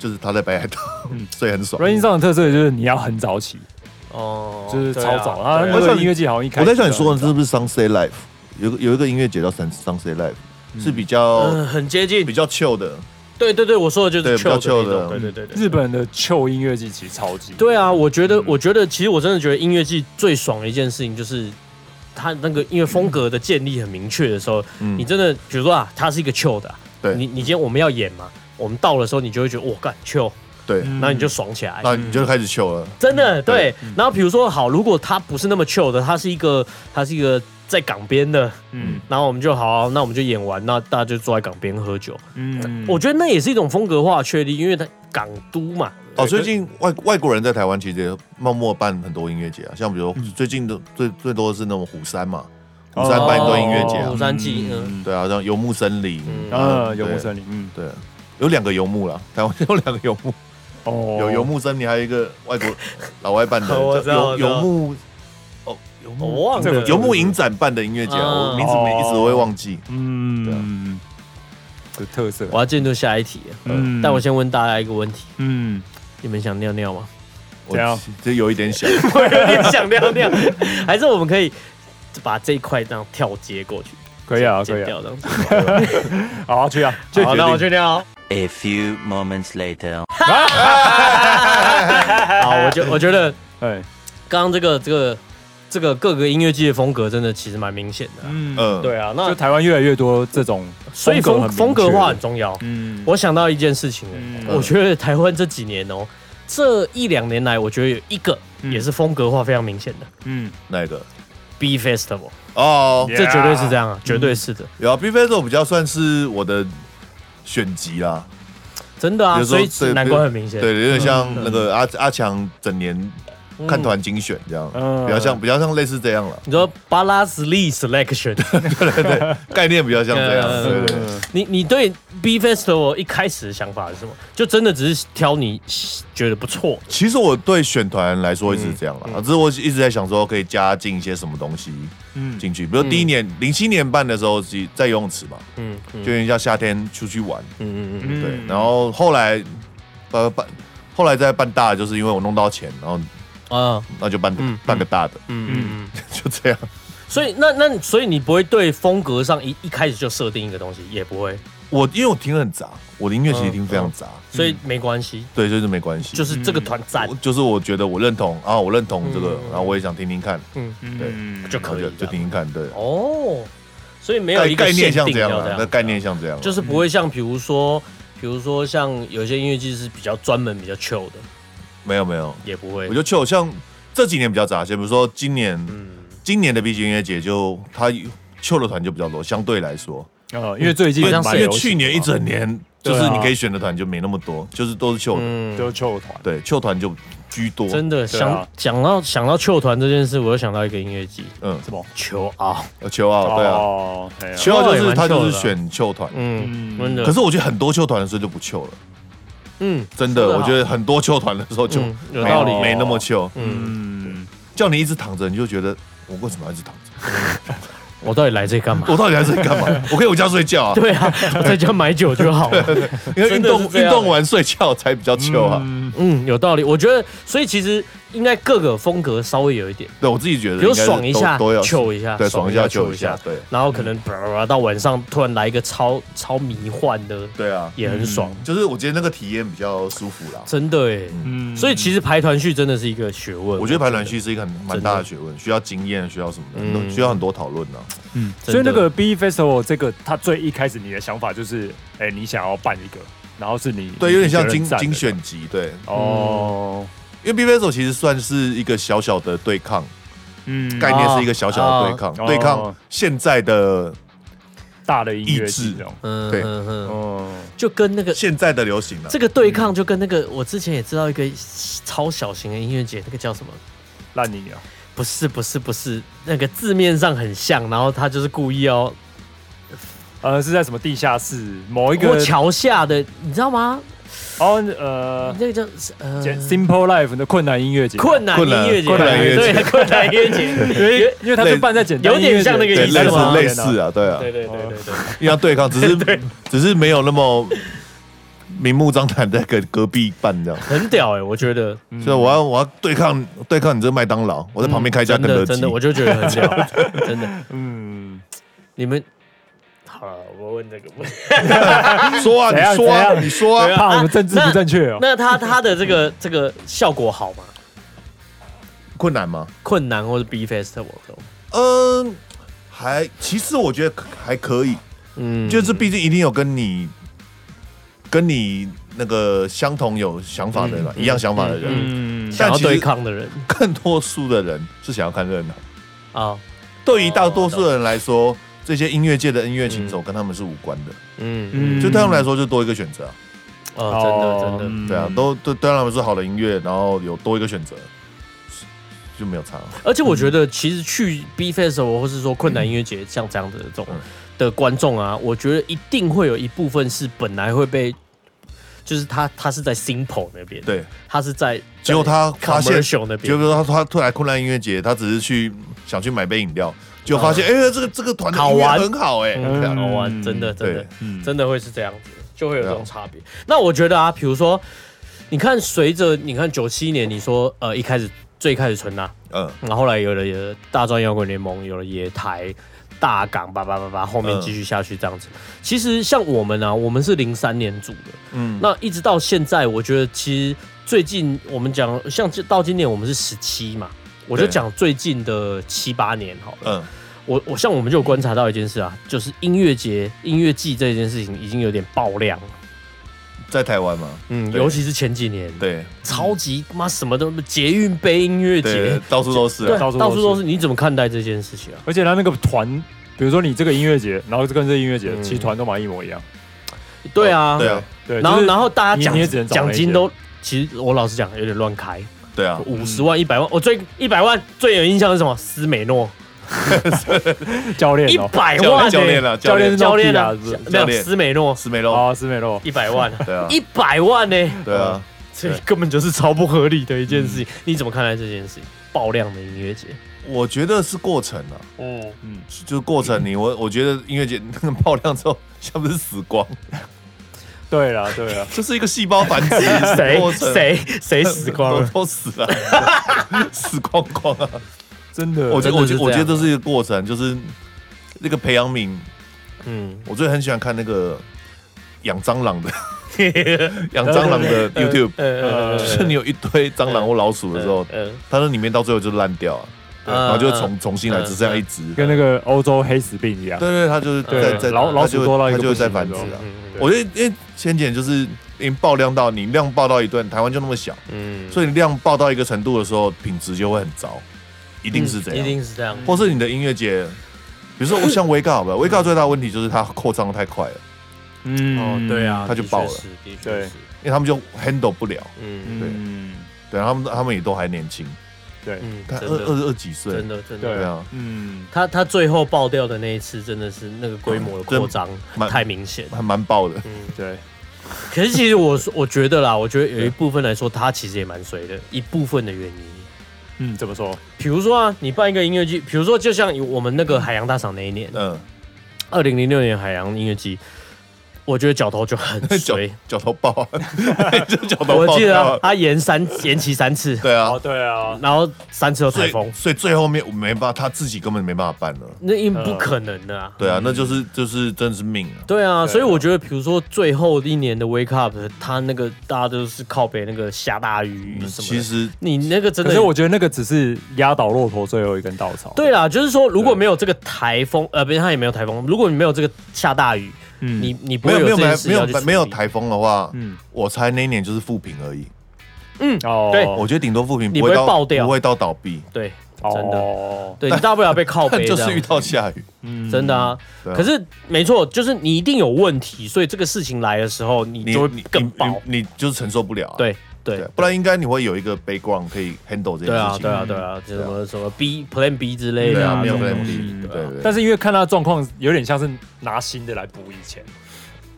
就是它在北海道嗯， [LAUGHS] 所以很爽。 Rain 上的特色就是你要很早起，哦就是超早啊啊。对那啊个音乐季好像一开我始在想你说的是不是 Sunset Live？有个有一个音乐节叫 Sun Sunset Live，是比较嗯，很接近比。较 chill 的，对对对，我说的就对是比较 chill 的那 chill 的种对对对对。嗯日本的旧音乐季其实超级对啊，我觉得，嗯我觉得，其实我真的觉得音乐季最爽的一件事情就是，它那个音乐风格的建立很明确的时候，嗯你，真的，比如说啊，它是一个 chill 的啊，对你你今天我们要演嘛，我们到的时候，你就会觉得哇，干 chill，对，嗯那你就爽起来。那你就开始 chill 了，真的对嗯对。然后比如说，好，如果它不是那么 chill 的，它是一个，它是一个在港边的，嗯然后我们就好，那我们就演完，那大家就坐在港边喝酒。嗯我觉得那也是一种风格化的确立，因为它港都嘛，哦，对最近外外国人在台湾其实也默默办很多音乐节啊，像比如最近的最最多的是那种虎山嘛，虎山办一堆音乐节嗯哦啊虎，山记嗯对啊，像游牧森林，啊嗯呃游对牧森林，嗯对，有两个游牧啦，台湾有两个游牧，哦有游牧森林，还有一个外国老外办的， [LAUGHS] 我知道叫我游知道游牧，哦，游我牧忘嗯这了个游牧影展办的音乐节啊，嗯我名字每一直会忘记。对啊嗯的特色我要进入下一题了。嗯但我先问大家一个问题：嗯 [LAUGHS] 你们想尿尿吗？我怎样这有一 [LAUGHS] 点小，我有点想尿尿，还是我们可以把这一块这样跳接过去，可以啊，可剪以掉啊，这样子。好去啊，去好，决那我定去尿哦。 A few moments later. 好，我觉我觉得哎，刚刚这个这个这个各个音乐季的风格真的其实蛮明显的啊。嗯，嗯，对啊，就那台湾越来越多这种所以风风很风格明确化很，重要。嗯，我想到一件事情了，嗯我觉得台湾这几年哦、这一两年来，我觉得有一个嗯也是风格化非常明显的嗯，那个 B Festival，哦，这绝对是这样嗯啊，绝对是的，有啊，B f a s 比较算是我的选集啦，真的啊，有时所候以对难怪很明显。对，有点像那个阿阿强整年嗯看团精选这样，嗯比较像比较像类似这样了，你说巴拉斯利 selection， [LAUGHS] 概念比较像这样，嗯对对对。嗯你你对 B Festival 一开始的想法是什么？就真的只是挑你觉得不错，其实我对选团来说一直是这样啦，嗯嗯只是我一直在想说可以加进一些什么东西嗯，进去，比如第一年零七、年办的时候是在游泳池嘛，嗯嗯就有点像夏天出去玩，嗯嗯嗯，嗯对，然后后来呃办，后来再办大的，就是因为我弄到钱，然后啊那就办、嗯办个大的，嗯嗯嗯， [LAUGHS] 就这样。所以那那所以你不会对风格上一一开始就设定一个东西，也不会，我因为我听得很杂，我的音乐其实听非常杂，所嗯以没关系，对，就是没关嗯系，就是这个团赞我，就是我觉得我认同啊，我认同这个，嗯然后我也想听听看，嗯，嗯就可以然后就就听听看，对，哦，所以没有概一个概念限像定这样要啊，那概念像这样啊，就是不会像比如说，比如说像有些音乐剧是比较专门比较 chill 的，没有没有，也不会我，就去好像这几年比较杂些，比如说今年，嗯今年的 B 级音乐节就它秀的团就比较多，相对来说，啊，因为最近好像蛮是因为流行去年的一嘛整年就对啊是你可以选的团就没那么多，就是都是秀的，嗯都是球团，对，秀团就居多，真的对想啊想到想到球团这件事，我又想到一个音乐季，嗯，是吗？球啊，呃秋奥对啊，哦，对啊，秋奥就秋奥也是蛮他就秀是的啊选秀团，嗯，嗯真的，可是我觉得很多秀团的时候就不秀了，嗯，真的，是啊我觉得很多秀团的时候就嗯有没道理没那么秀，嗯，嗯，叫你一直躺着你就觉得我为什么要一直躺着？我到底来这干嘛？ [LAUGHS] [LAUGHS] 我到底来这里干嘛？我可以回家睡觉啊，对啊，我在家买酒就 [LAUGHS] 好了。因为真运的是动这样欸运动完睡觉才比较秋啊。嗯，嗯，有道理。我觉得，所以其实应该各个风格稍微有一点，对我自己觉得应比该如是都，爽一下都要，糗一下，对，爽一下糗就一下，，对然后可能啪啪啪到晚上突然来一个超超迷幻的，对啊，也很爽，就是我觉得那个体验比较舒服啦。真的哎。嗯所以其实排团序真的是一个学问，我觉得排卵期是一个很蛮大的学问，需要经验，需要什么的，嗯需要很多讨论啊呢。嗯，真的所以那个 B Festival 这个，它最一开始你的想法就是，哎、你想要办一个，然后是你对，有点像精你觉得赞的精选集，对，哦，因为 B V 手其实算是一个小小的对抗嗯，概念，是一个小小嗯啊的对抗，哦对抗现在的大的音乐意志这种，嗯，对嗯嗯，哦，就跟那个现在的流行啊了这。个对抗，就跟那个我之前也知道一个超小型的音乐节，那个叫什么？烂泥啊，不是不是不是，那个字面上很像，然后他就是故意要呃，是在什么地下室某一过个桥下的，你知道吗？哦，呃那个叫是呃简，Simple Life 的困难音乐节，困难困难音乐节，困难音乐节对困难音乐节，因为因为它类就办在简单有点像那个对，意思类吗似类似，啊，对啊，对对对对对，因为要对抗，只 [LAUGHS] 是只是没有那么明目张胆在跟隔壁办这样。很屌哎，我觉 [LAUGHS] 得所以我要我要对抗对抗你这麦当劳，我在旁边开一家嗯真肯的德基真的，。我就觉得很屌， [LAUGHS] 真的，嗯，你们。好了，我问这个问题。说啊，怎你样说怎啊，样你说啊，怕我们政治不正确哦，啊 [LAUGHS] 那他他的这个 [LAUGHS] 这个效果好吗？困难吗？困难或者 B Festival 这种嗯，还其实我觉得还可以，嗯就是毕竟一定有跟你跟你那个相同有想法的人嘛，嗯一样想法的人。嗯，想要但其实对抗的人更多数的人是想要看热闹，啊，对于大多数人来说，这些音乐界的音乐琴手跟他们是无关的，嗯嗯嗯就对他们来说就多一个选择啊。哦，真的真的，的对啊，都对对他们是好的音乐，然后有多一个选择，就没有差了。[LAUGHS] 啊而且我觉得，其实去 B Festival 或是说困难音乐节像这样的这种嗯的观众啊，我觉得一定会有一部分是本来会被，就是他他是在 Simple 那边，，对，他是在结果他发现 Commercial 那就边比如说他他突然困难音乐节，他只是去想去买杯饮料，就发现哎、这个这个团的音乐很好哎、嗯这样好玩，嗯真的真的对嗯真的会是这样子，就会有这对种啊差别。那我觉得啊，比如说你看，随着你看九七年，你说呃一开始最开始纯呐，嗯，然后后来有了有了大专摇滚联盟，有了野台、大港，叭叭叭叭，后面嗯继续下去这样子。其实像我们啊，我们是零三年组的，嗯，那一直到现在，我觉得其实最近我们讲像到今年我们是十七嘛，我就对讲最近的七八年好了。嗯，我我像我们就有观察到一件事啊，就是音乐节、音乐季这件事情已经有点爆量了，在台湾嘛，嗯，对尤其是前几年，，对超级妈什么都捷运杯音乐对节，，到处都是对，啊，到到处处都是都是，你怎么看待这件事情啊？而且他那个团，比如说你这个音乐节，然后跟这个音乐节，嗯其实团都蛮一模一样。对啊，对啊，对，然后就是然后大你你家也只能奖找奖那一金些都，其实我老实讲有点乱开，对啊，五十万、一百万，我最一百万最有印象是什么？斯美诺，教练一哦，百教万练教练呢？了，教练是教练啊啊，，是没教有练斯美诺斯梅洛，啊，斯美洛，一百万，对啊，一百万呢？对啊，这根本就是超不合理的一件事情。你怎么看待这件事情？爆量的音乐节，我觉得是过程啊，嗯，就是过程你我我觉得音乐节那个爆量之后，像不是死光，对了对了，就是一个细胞繁 [LAUGHS] 殖谁过程，谁谁死光了？ [LAUGHS] 都都死了， [LAUGHS] 死光光啊！真的，我觉得真我的是觉得我觉这得样这是一啊个过程，就是那个培养皿， [LAUGHS] 嗯，我最很喜欢看那个养蟑 [LAUGHS] 螂的养蟑螂的 YouTube，呃 [LAUGHS] 就是你有一堆蟑螂或老鼠的时候，呃，它那里面到最后就烂掉啊，然后就会重重新来，嗯只剩下一只。跟那个欧洲黑死病一样，对对，它就是对在在老老鼠多到一个它就会不行在的繁殖时候啊。嗯我觉得因为先前就是已经爆量到你量爆到一段，台湾就那么小，嗯所以量爆到一个程度的时候，品质就会很糟，一定是这嗯一样。定是这样。或是你的音乐节，比如说我像威告好吧，威告最大的问题就是它扩张得太快了，嗯哦，对，啊，他就爆了的确是，的确对是，因为他们就 handle 不了。嗯嗯，对，他们他们也都还年轻，对，嗯，看真二的二二几岁，真的真对的。对啊，嗯，他他最后爆掉的那一次，真的是那个规模的扩张蛮太明显。还蛮爆的。嗯，对，可是其实我说我觉得啦，我觉得有一部分来说，他其实也蛮衰的，一部分的原因。嗯，怎么说？比如说啊，你办一个音乐季，比如说就像我们那个海洋大赏那一年，嗯， [LAUGHS] 二零零六年海洋音乐季，我觉得脚头就很脚衰。脚头爆 [LAUGHS] 啊，就脚头爆。我记得啊、，他延三延期三次，对啊哦，，对啊，然后三次都所台以风，所以最后面我没办法，他自己根本没办法办了。那因不可能的啊。对啊，那就是就是真的是命啊。对啊，对啊所以我觉得，比如说最后一年的 Wake Up，他那个大家都是靠北那个下大雨什么的，嗯其实你那个真可的是我觉得那个只是压倒骆驼最后一根稻草，对啦，就是说，如果没有这个台风，呃，别他也没有台风，如果你没有这个下大雨，嗯你你不没会有没这件有没事没要去处有理没有台风的话，嗯我猜那一年就是负评而已。哦，对我觉得顶多负评你不会不会到爆掉不会到倒闭，对，真的，哦，对你大不了被 [LAUGHS] 靠但背，就是遇到下雨。嗯真的啊。对啊可是没错，就是你一定有问题，所以这个事情来的时候，你你就你会更爆。你你你就是承受不了啊。对对对，不然应该你会有一个 background 可以 handle 对这件事啊情。嗯对啊对啊，就什么什么 B Plan B 之类对的啊，啊，没有这种 plan 东 B，西对对对但是因为看他状况，有点像是拿新的来补以前，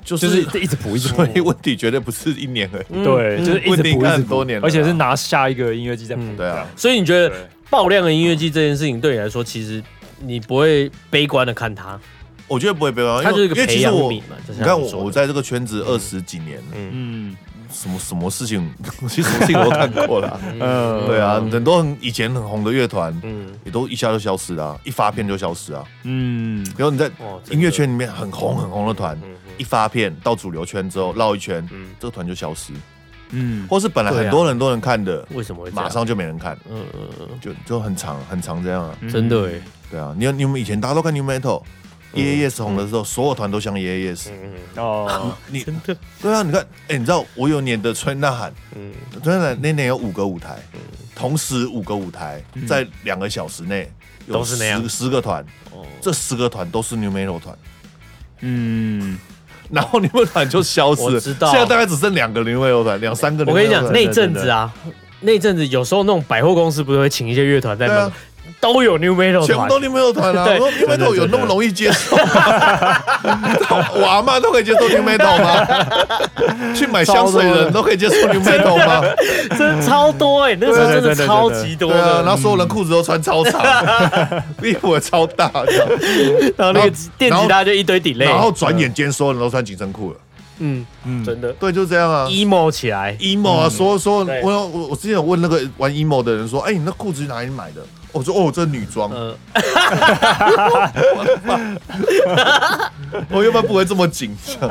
就就是是一直补一直补 [LAUGHS] 所，以问题绝对不是一年而嗯已，对，就是一问直题补一看直很补，多年了啊，而且是拿下一个音乐季再补，嗯对啊，所以你觉得对爆量的音乐季这件事情对你来说，其实你不会悲观的看它，我觉得不会被玩，它就是一个因为其培实养我皿嘛。就像你看我说的我在这个圈子二十几年了，嗯什么什么事情， [LAUGHS] 其实什么事情我都看过了啊。嗯对啊，很多很以前很红的乐团，嗯也都一下就消失了啊、一发片就消失啊。嗯比如你在哦真的嗯音乐圈里面很红很红的团，一发片到主流圈之后绕一圈，这个团就消失，嗯，或是本来对啊很多人很多人看的，为什么会这样马上就没人看，啊嗯嗯嗯就就很长很长这样啊。嗯，真的哎、对啊，你有你们以前大家都看 New Metal。耶嗯耶 Yes 红的时候，所有团都像耶耶 Yes。哦，你对啊，你看，哎，你知道我有年的春呐喊，嗯春呐喊那年有五个舞台，同时五个舞台在两个小时内有嗯都是那样十十个团，哦，这十个团都是 New Metal 团，嗯，然后 New Metal 团就消失我了。知道现在大概只剩两个 New Metal 团，两三个 New 我 Metal 团。跟你讲，对那阵子啊，那阵子有时候那种百货公司不是会请一些乐团在对门啊口，都有 New Metal 全部团都，New Metal 团啊！对我说 New Metal 有那么容易接 [LAUGHS] 受吗？我阿妈都可以接受 New Metal 吗？去买香水的人都可以接受 New Metal 吗？真的超多哎、那个时候真的对对对对超级多对啊，的。嗯然后所有人裤子都穿超长， [LAUGHS] 衣服也超大，然后那个电吉然他就一堆 delay，然后转眼间所有人都穿紧身裤了。嗯，嗯，真的对，就这样啊。 emo 起来， emo 啊，嗯说说，对我有我我之前有问那个玩 emo 的人说，哎，你那裤子哪里买的？我说哦，这女装，嗯，我要不然不会这么紧 [LAUGHS] 张。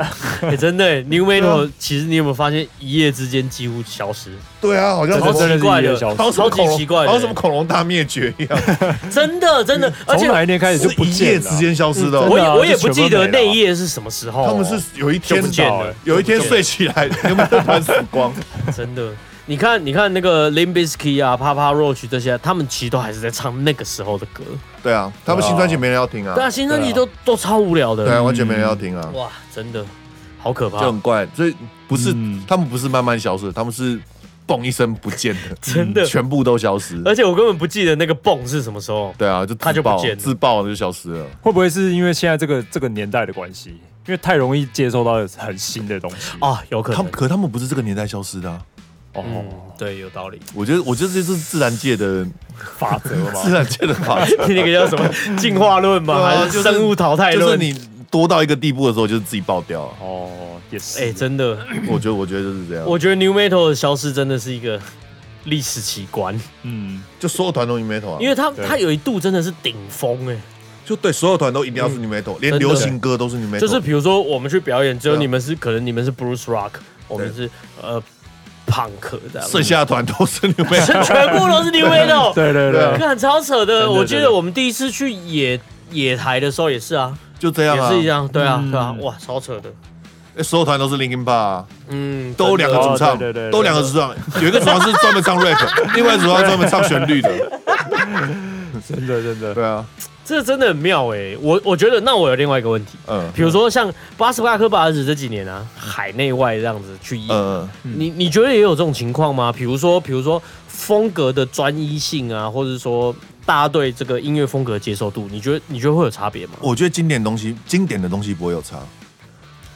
欸真的 New Metal，其实你有没有发现一夜之间几乎消失，对啊，好像真什的么真的奇怪是一夜的消失好像什超么级恐龙奇怪的好像什么恐龙大灭绝 [LAUGHS] 一样，真的真的，而从且哪一年开始就是不一见夜了之啊？间消失的真哦。我的啊也我也就全不部记得没了啊那一夜是什么时候哦，他们是有一就天不见欸了，有一天睡起来， [LAUGHS] 有没有团死 [LAUGHS] 光？真的。你看，你看那个 Limbisky 啊、Papa Roach 这些，他们其实都还是在唱那个时候的歌。对啊，他们新专辑没人要听对啊，嗯啊，新专辑都都超无聊对啊，的。完全没人要听啊，哇，真的好可就怕，很怪。所以不是嗯他们不是慢慢消失，他们是嘣一声不见的，嗯真的。全部都消失。而且我根本不记得那个蹦是什么时候。对啊，就它自就爆不见了自爆了就消失了。会不会是因为现在这个这个年代的关系？因为太容易接受到很新的东西啊，有可他能们。可他们不是这个年代消失的啊，嗯哦，，对，有道理。 [LAUGHS] 我觉得我觉得这是自然界的法则 [LAUGHS] 自嘛，然界的法 [LAUGHS] 则，那个叫什么进化论对吗？啊还就是是生物淘汰就是论？你多到一个地步的时候，就是自己爆掉啊。哦，也是，哎，真的，我觉得我觉得就是这样，我觉得 New Metal 的消失真的是一个历史奇观，啊嗯，就所有团都 new metal 啊，因为它对它有一度真的是顶峰哎、就对所有团都一定要是 new metal，连真的流行歌都是 new metal，嗯就是比如说我们去表演，只有对啊你们是可能你们是 Bruce Rock，我们是呃朋克这样，剩下的团都是 new [LAUGHS] metal。全部都是 New Metal，对对 [LAUGHS] 对啊对，看超扯的。真的我记真得的我们第一次去野野台的时候也是啊，就这样也啊，是一样，对啊嗯对啊，哇，超扯的，欸所有团都是 Linkin Park，啊嗯，都两个真的主唱哦对对对，对都两个主唱，有一个主唱是专门唱 [LAUGHS] rap，另外一个主唱专门唱旋律的。真的真的，对啊，这真的很妙哎、我我觉得那我有另外一个问题。嗯比如说像巴斯巴克巴尔子这几年啊，海内外这样子去演，嗯，你你觉得也有这种情况吗？比如说，比如说风格的专一性啊，或者说大家对这个音乐风格的接受度，你觉得你觉得会有差别吗我觉得经典东西，经典的东西不会有差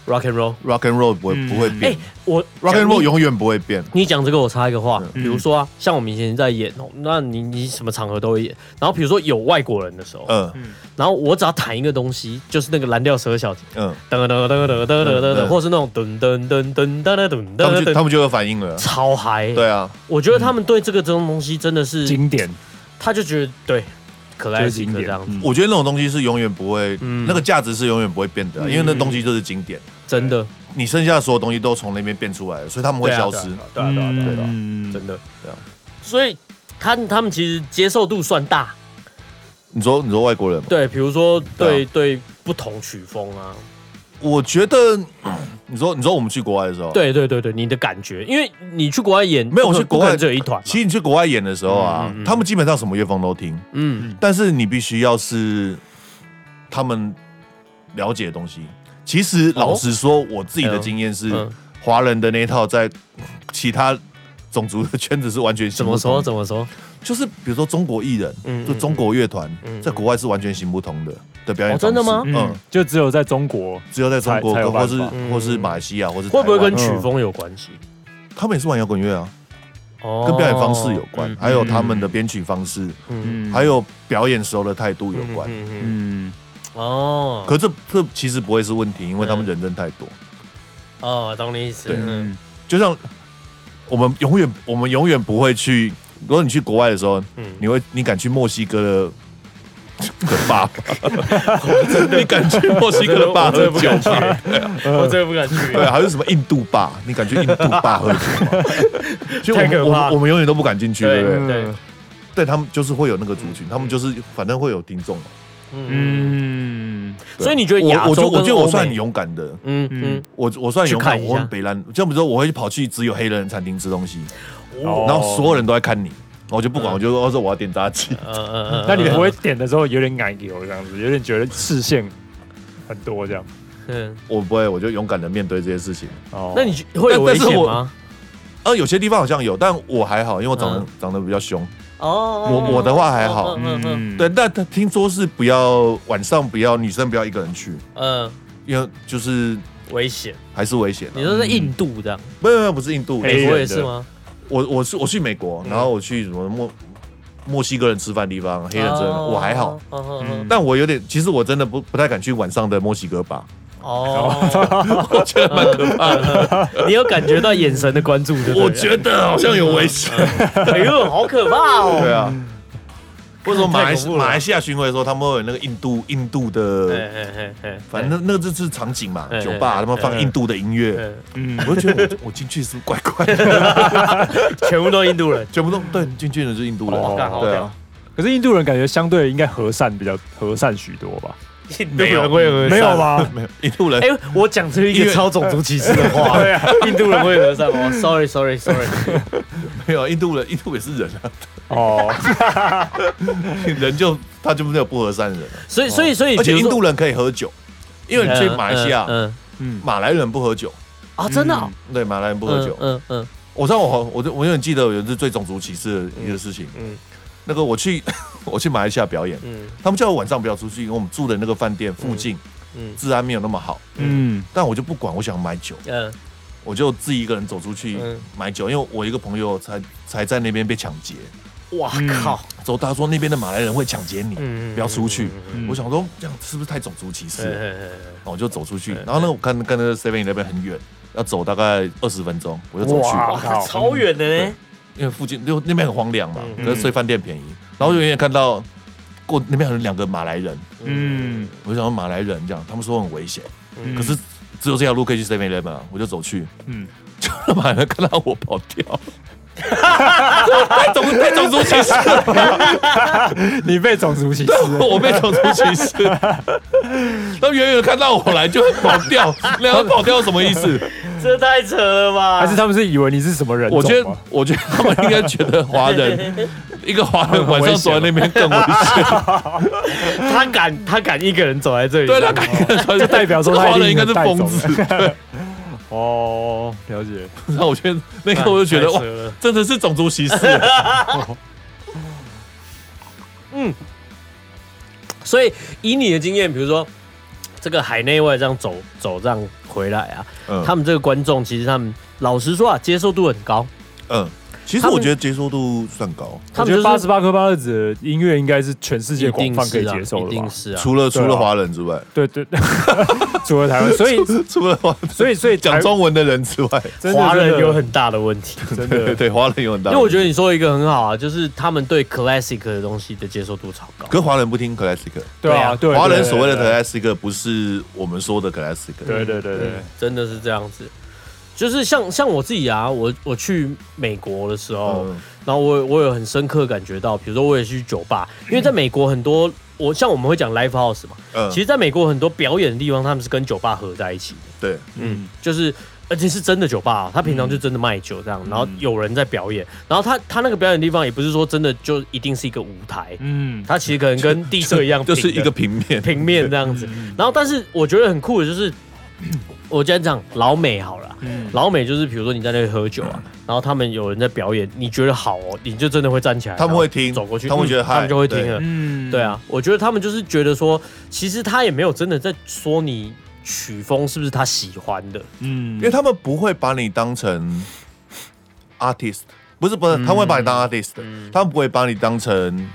？Rock and roll， ，rock and roll 不会嗯不会哎、变我，rock and 讲 roll 你永远不会变。你讲这个，我插一个话，比嗯如说啊，像我们以前在演哦，那你你什么场合都会演，然后比如说有外国人的时候，嗯然后我只要弹一个东西，就是那个蓝调蛇小节，嗯，噔噔噔噔噔噔噔，嗯嗯或是那种噔噔噔噔噔噔噔他噔们就他噔，们就有反应了。超嗨、对啊，我觉得他们对这个这种东西真的是，经典他就觉得对，可就爱是几个经这典样，子，嗯我觉得那种东西是永远不会，嗯那个价值是永远不会变的啊，因为那东西就是经典，真的，你剩下的所有东西都从那边变出来了，所以他们会对啊消对失。啊对啊对啊对啊，嗯真的对啊，所以他他们其实接受度算大，你说你说外国人吗？对，比如说对啊对对不同曲风啊，我觉得，嗯你说你说我们去国外的时候，啊对对对对，你的感觉，因为你去国外演，没有不可我去国外不可能只有一团嘛，啊其实你去国外演的时候啊，嗯嗯嗯他们基本上什么乐风都听，嗯，但是你必须要是他们了解的东西。其实老实说，我自己的经验是，哦嗯华人的那一套在其他种族的圈子是完全行怎不么通说的。怎么说，就是比如说中国艺人，嗯就中国乐团，嗯嗯在国外是完全行不通的的表演哦方式、真的吗嗯嗯，，就只有在中国，只有在中国才才有或办是法嗯或是马来西亚或是会不会台湾嗯跟曲风有关系？他们也是玩摇滚乐啊，哦跟表演方式有关，啊嗯还有他们的编曲方式，嗯还有表演时候的态度有关。嗯嗯嗯嗯，哦，可这这其实不会是问题，因为他们人真太多。哦，懂你意思，对嗯嗯，就像我们永远，我们永远不会去。如果你去国外的时候，嗯你会你敢去墨西哥的 [LAUGHS] 的吧？ [LAUGHS] 你敢去墨西哥的吧我真喝的不酒敢去吗？，我真的不敢去。对，啊还有什么印度吧？你敢去印度 [LAUGHS] 吧喝酒吗？就我太们可我怕们我们永远都不敢进去，对不对？对，对他们就是会有那个族群，他们就是反正会有听众嘛。啊嗯，嗯，所以你觉得亚我我觉得洲我跟觉得欧我美算勇敢的，嗯嗯嗯，我我算勇去敢，看一下我很北兰，就比如说我会跑去只有黑人的餐厅吃东西，哦哦然后所有人都在看你，我就不管，嗯我就说哦我要点炸鸡。嗯嗯嗯，那你嗯不会点的时候有点奶油这样子，有点觉得视线很多这样，嗯，我不会，我就勇敢的面对这些事情。哦那你觉会有危但但是险我吗？呃，有些地方好像有，但我还好，因为我长得嗯长得比较凶。哦，我我的话还好嗯嗯对，但但听说是不要晚上不要女生不要一个人去，嗯，因为就是危险。嗯还是危险啊。你说在印度这样，没有没有，不是印度，黑美人国的也是吗？我我是我去美国，嗯然后我去什么墨墨西哥人吃饭地方，黑人吃饭地方，我还好。哦。哦哦哦嗯但我有点，其实我真的不不太敢去晚上的墨西哥吧，哦， [LAUGHS] 我觉得蛮可怕的。 [LAUGHS] 你有感觉到眼神的关注对不对？我觉得好像有危险。得，哎呦，好可怕 [LAUGHS] 哦！对啊，为什么马来西太恐怖了马来西亚巡回的时候，他们会有那个印度印度的，哎，哎哎哎反正那那个就是场景嘛哎，酒吧他们放印度的音乐，哎嗯，我就觉得我我进去是不是怪怪的，全部都印度人，全部都对进去的是印度人哦，干好对屌啊，，可是印度人感觉相对应该和善比较和善许多吧？印度 [LAUGHS] 没有人会和没有善？吗？[LAUGHS] [LAUGHS] 没有印度人哎，我讲出一因个为超种族歧视的话，对啊，印度人会和善吗？Sorry，Sorry，Sorry， [LAUGHS] 没有，印度人印度也是人啊， [LAUGHS] 哦，人就他就没有不和善人啊，所以所以所以，而且哎比如印说度人可以喝酒，因为你去嗯马来西亚，嗯嗯，马来人不喝酒，啊，真的哦对，马来人不喝酒。嗯嗯我知道我我就我永远记得有一次最种族歧视的一个事情，嗯那个我去 [LAUGHS] 我去马来西亚表演，嗯他们叫我晚上不要出去，因为我们住的那个饭店附近嗯治安没有那么好，嗯但我就不管，我想买酒，嗯我就自己一个人走出去嗯买酒，因为我一个朋友才才在那边被抢劫，嗯，哇靠，之后他说那边的马来人会抢劫你，嗯，不要出去嗯嗯嗯我想说这样是不是太种族歧视了？嗯然后我就走出去，嗯然后呢，我看看那个 Seven 那边很远，要走大概二十分钟，我就走去，哇哇，靠超远的呢，因为附近就那边很荒凉嘛，嗯可是睡饭店便宜，然后就远远看到过那边有两个马来人，嗯，我就想说马来人这样，他们说很危险，嗯可是只有这条路可以去 Seven Eleven 啊，我就走去，嗯， [LAUGHS] 就他马来人看到我跑掉， [LAUGHS] 太种太种族歧视了，你被种族歧视， [LAUGHS] 我被种族歧视，他远远地看到我来就跑掉，然后跑掉什么意思？这太扯了吧？还是他们是以为你是什么人种我吗？觉得，我觉得他们应该觉得华人 [LAUGHS] 一个华人晚上走在那边更危啊险，他敢他敢一个人走在这里， [LAUGHS] 对他感觉就代表说他华一定人应该是带走疯子。对，哦，了解，然后我觉得 [LAUGHS] 那个我就觉得哇太扯，了真的是种族歧视。所以以你的经验，比如说这个海内外这样走走这样回来啊，嗯他们这个观众其实他们老实说啊，接受度很高，嗯，其实他们我觉得接受度算高，他我们就是觉得八十八颗八二子的音乐应该是全世界一广定泛可是以啊，接受一的吧定？是啊，除了除对了啊华人之外，对 [LAUGHS] 对，对除了 [LAUGHS] 台湾，所以 [LAUGHS] 除了华所以所以讲台中文的人之外，真的华真人的有很啊大的问题。真对对的， [LAUGHS] 对，华人有很 [LAUGHS] 大因的问题。为我觉得你说一个很好啊，就是他们对 classic 的东西的接受度超高。可是华人不听 classic，对对啊啊，对华人所谓的台， classic 不是我们说的 classic。对对对对嗯，真的是这样子。就是像像我自己啊，我我去美国的时候，嗯，然后我有我有很深刻感觉到，比如说我也去酒吧，因为在美国很多我像我们会讲 live house 嘛，嗯，其实在美国很多表演的地方他们是跟酒吧合在一起的，对，嗯就是而且是真的酒吧啊、他平常就真的卖酒这样，然后有人在表演，然后他他那个表演地方也不是说真的就一定是一个舞台，嗯，他其实可能跟地设一样 [LAUGHS] 就平的，是一个嗯平面。平面这样子。然后，但是我觉得很酷的就是， [COUGHS] 我今天讲老美好了，嗯老美就是比如说你在那里喝酒啊，然后他们有人在表演，你觉得好哦，你就真的会站起来，他们会听然后走过去，他们会觉得嗯嗨他们就会听对了。嗯对，啊，我觉得他们就是觉得说，其实他也没有真的在说你曲风是不是他喜欢的，嗯，因为他们不会把你当成 artist，不是不是，他们会把你当 artist，、他们不会把你当成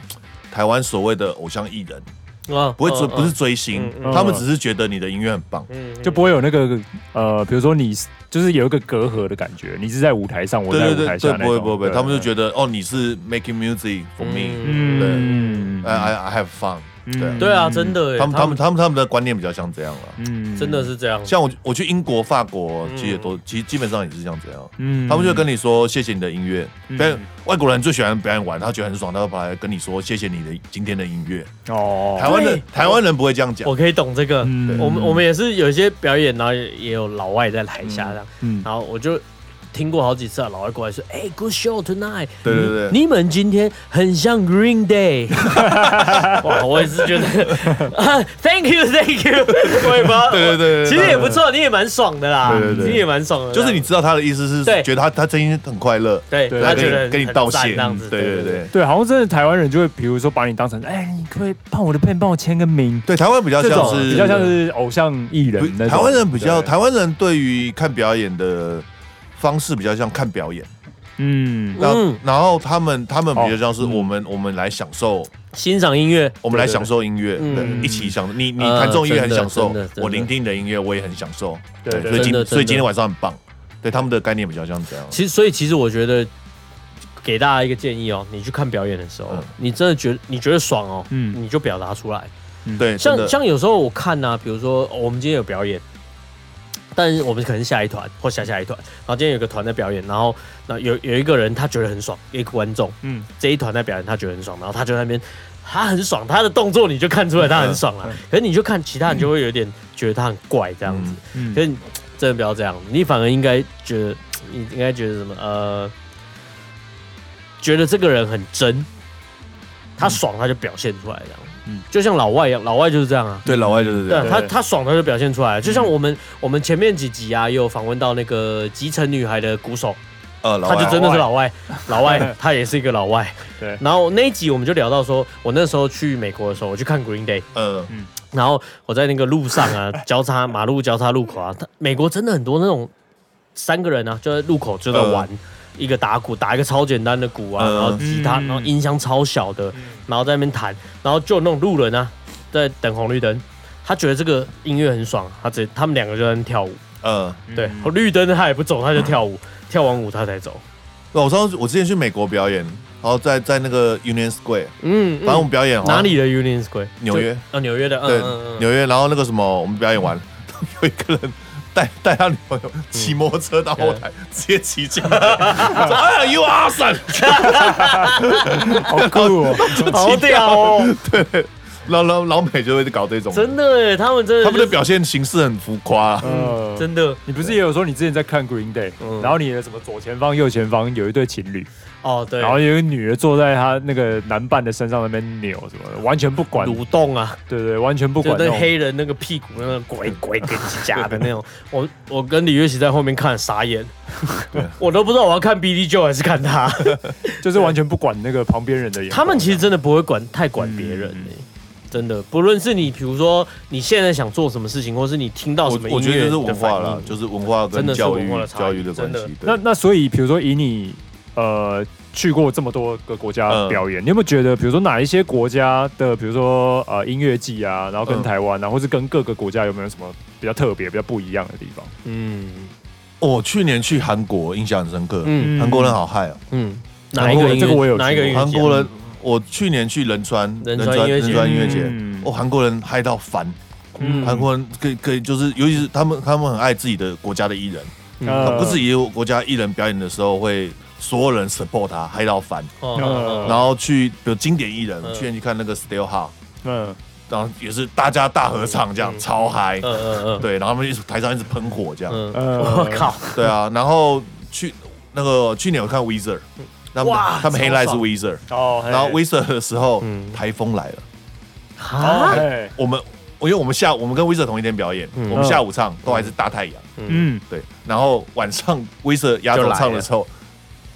台湾所谓的偶像艺人，啊，不会追、嗯不是，追星、嗯嗯他们只是觉得你的音乐很棒。嗯嗯就不会有那个呃，比如说你就是有一个隔阂的感觉，你是在舞台上，我在对舞对台对下对，那不会种，不会不会，他们就得，觉得哦，你是 making music for me，I、嗯， I I have fun，、对啊对啊，真，的耶，他们他们他们他们的观念比较像这样了。嗯真的，是这样，像我我去英国、法国，嗯其实也都其实基本上也是像这样。啊嗯他们就会跟你说谢谢你的音乐，嗯但外国人最喜欢表演完，他觉得很爽，他会跑来跟你说谢谢你的今天的音乐。哦，台湾人对台湾人不会这样讲，我可以懂这个。嗯我们我们也是有一些表演，然后也也有老外在台下这样，嗯然后我就听过好几次啊，老外过来说：“哎、g o o d show tonight。”对对对你们今天很像 Green [LAUGHS] Day。哇，我也是觉得、 [LAUGHS] 啊、，Thank you，Thank you，我也不知道，对对对对对其实也不错，你也蛮爽的啦，对对对你也蛮爽的，就是你。知道他的意思是对觉得他他真心很快乐，对，对他跟觉得你跟你道很谢，赞这样子，对对对。对，好像真的台湾人就会，比如说把你当成，哎，你可不可以帮我的片，帮我签个名，对，台湾比较这像种是比较像是偶像艺人不那种，台湾人比较对台湾人对于看表演的方式比较像看表演，嗯，那、嗯然后他们他们比较像是哦嗯我们、我们来享受，欣赏音乐，我们来享受音乐，嗯对，一起享。你你呃弹奏音乐很真的享受真的真，的我聆听你的音乐我也很享受，对对所以真的今所真的以今天晚上很棒。对他们的概念比较像这样，其实，所以其实我觉得，给大家一个建议哦，你去看表演的时候，嗯你真的觉得你觉得爽哦，嗯你就表达出来。对，真像的，像有时候我看呢、比如说、哦我们今天有表演，但我们可能下一团或下下一团，然后今天有个团在表演，然后那有有一个人他觉得很爽，一个观众嗯，这一团在表演他觉得很爽，然后他就在那边他很爽，他的动作你就看出来他很爽嗯了，可是你就看其他人就会有点觉得他很怪这样子。嗯嗯可是你真的不要这样，你反而应该觉得，你应该觉得什么？呃，觉得这个人很真，他爽他就表现出来这样。嗯嗯，就像老外一样，老外就是这样啊。对老外就是这对啊样，他，对他爽他就表现出来，就像我们我们前面几集啊，也有访问到那个集成女孩的鼓手，呃，老他外就真的是老外，老外他也是一个老外。对然后那一集我们就聊到说，我那时候去美国的时候，我去看 Green Day，呃，然后我在那个路上 [LAUGHS] 啊，交叉马路交叉路口啊，他美国真的很多那种三个人啊，就在路口就在玩，一个打鼓，打一个超简单的鼓啊，嗯然后吉他，嗯然后音箱超小的，然后在那边弹，然后就有那种路人啊，在等红绿灯。他觉得这个音乐很爽，他直接他们两个就在那边跳舞，呃，对，绿灯他也不走，他就跳舞，跳完舞他才走。我上次我之前去美国表演，然后在在那个 Union Square，嗯，反正我们表演好像哪里的 Union Square？纽约就哦，纽约的，嗯对嗯，嗯，纽约，然后那个什么，我们表演完， [LAUGHS] 有一个人带带他女朋友骑摩托车到后台，直接骑进来， [LAUGHS] 说哎呀，You are awesome！好酷 [LAUGHS] 哦，好屌哦，然后然后老美就会搞这种，真的哎，他们真的 [LAUGHS] 他们的就是表现形式很浮夸哦啊，呃，真的你不是也有说你之前在看 Green Day，嗯然后你的什么左前方右前方有一对情侣，哦，对，然后有一个女的坐在她那个男伴的身上那边扭什么的，完全不管，蠕动啊，对对，完全不就管那对种黑人那个屁股那个 [LAUGHS] 拐拐给夹的那种。我我跟李月琪在后面看傻眼，啊 [LAUGHS] 我都不知道我要看 Billy Joe 还是看他。 [LAUGHS] 就是完全不管那个旁边人的眼光。他们其实真的不会管太管别人嗯欸真的，不论是你比如说你现在想做什么事情，或是你听到我什么音乐，我觉得这是文化你的了反，应就是文化跟真的是教文育化的差异教育的关系真的。对那那所以，比如说以你呃去过这么多个国家嗯表演，你有没有觉得，比如说哪一些国家的，比如说呃音乐季啊，然后跟嗯台湾啊，或是跟各个国家有没有什么比较特别、比较不一样的地方？嗯我去年去韩国，印象很深刻，嗯韩国人好嗨哦，嗯，韩哪一国个人音乐这个我有哪一个去音过乐韩节国人目，我去年去仁川仁川音乐节仁川音乐节，嗯哦，韩国人嗨到烦，嗯韩国人可以可以就是，尤其是他们他们很爱自己的国家的艺人。嗯不是也有国家艺人表演的时候，会所有人 support 他，嗨到烦。哦呃哦然后去比如经典艺人，嗯去年去看那个 Still Hard，嗯，然后也是大家大合唱这样，嗯超嗨。嗯嗯嗯对，然后他们一直台上一直喷火这样。嗯嗯，呃我 [LAUGHS] 靠，对啊，然后去那个去年我看 Weezer，他们哇他们黑超来是爽 Weezer，哦，嘿然后 Weezer 的时候哎嗯台风来了，哦啊，嘿我们因为我们下午我们跟 Weezer 同一天表演，嗯我们下午唱都还是大太阳。嗯嗯，对，然后晚上威瑟压轴唱的时候，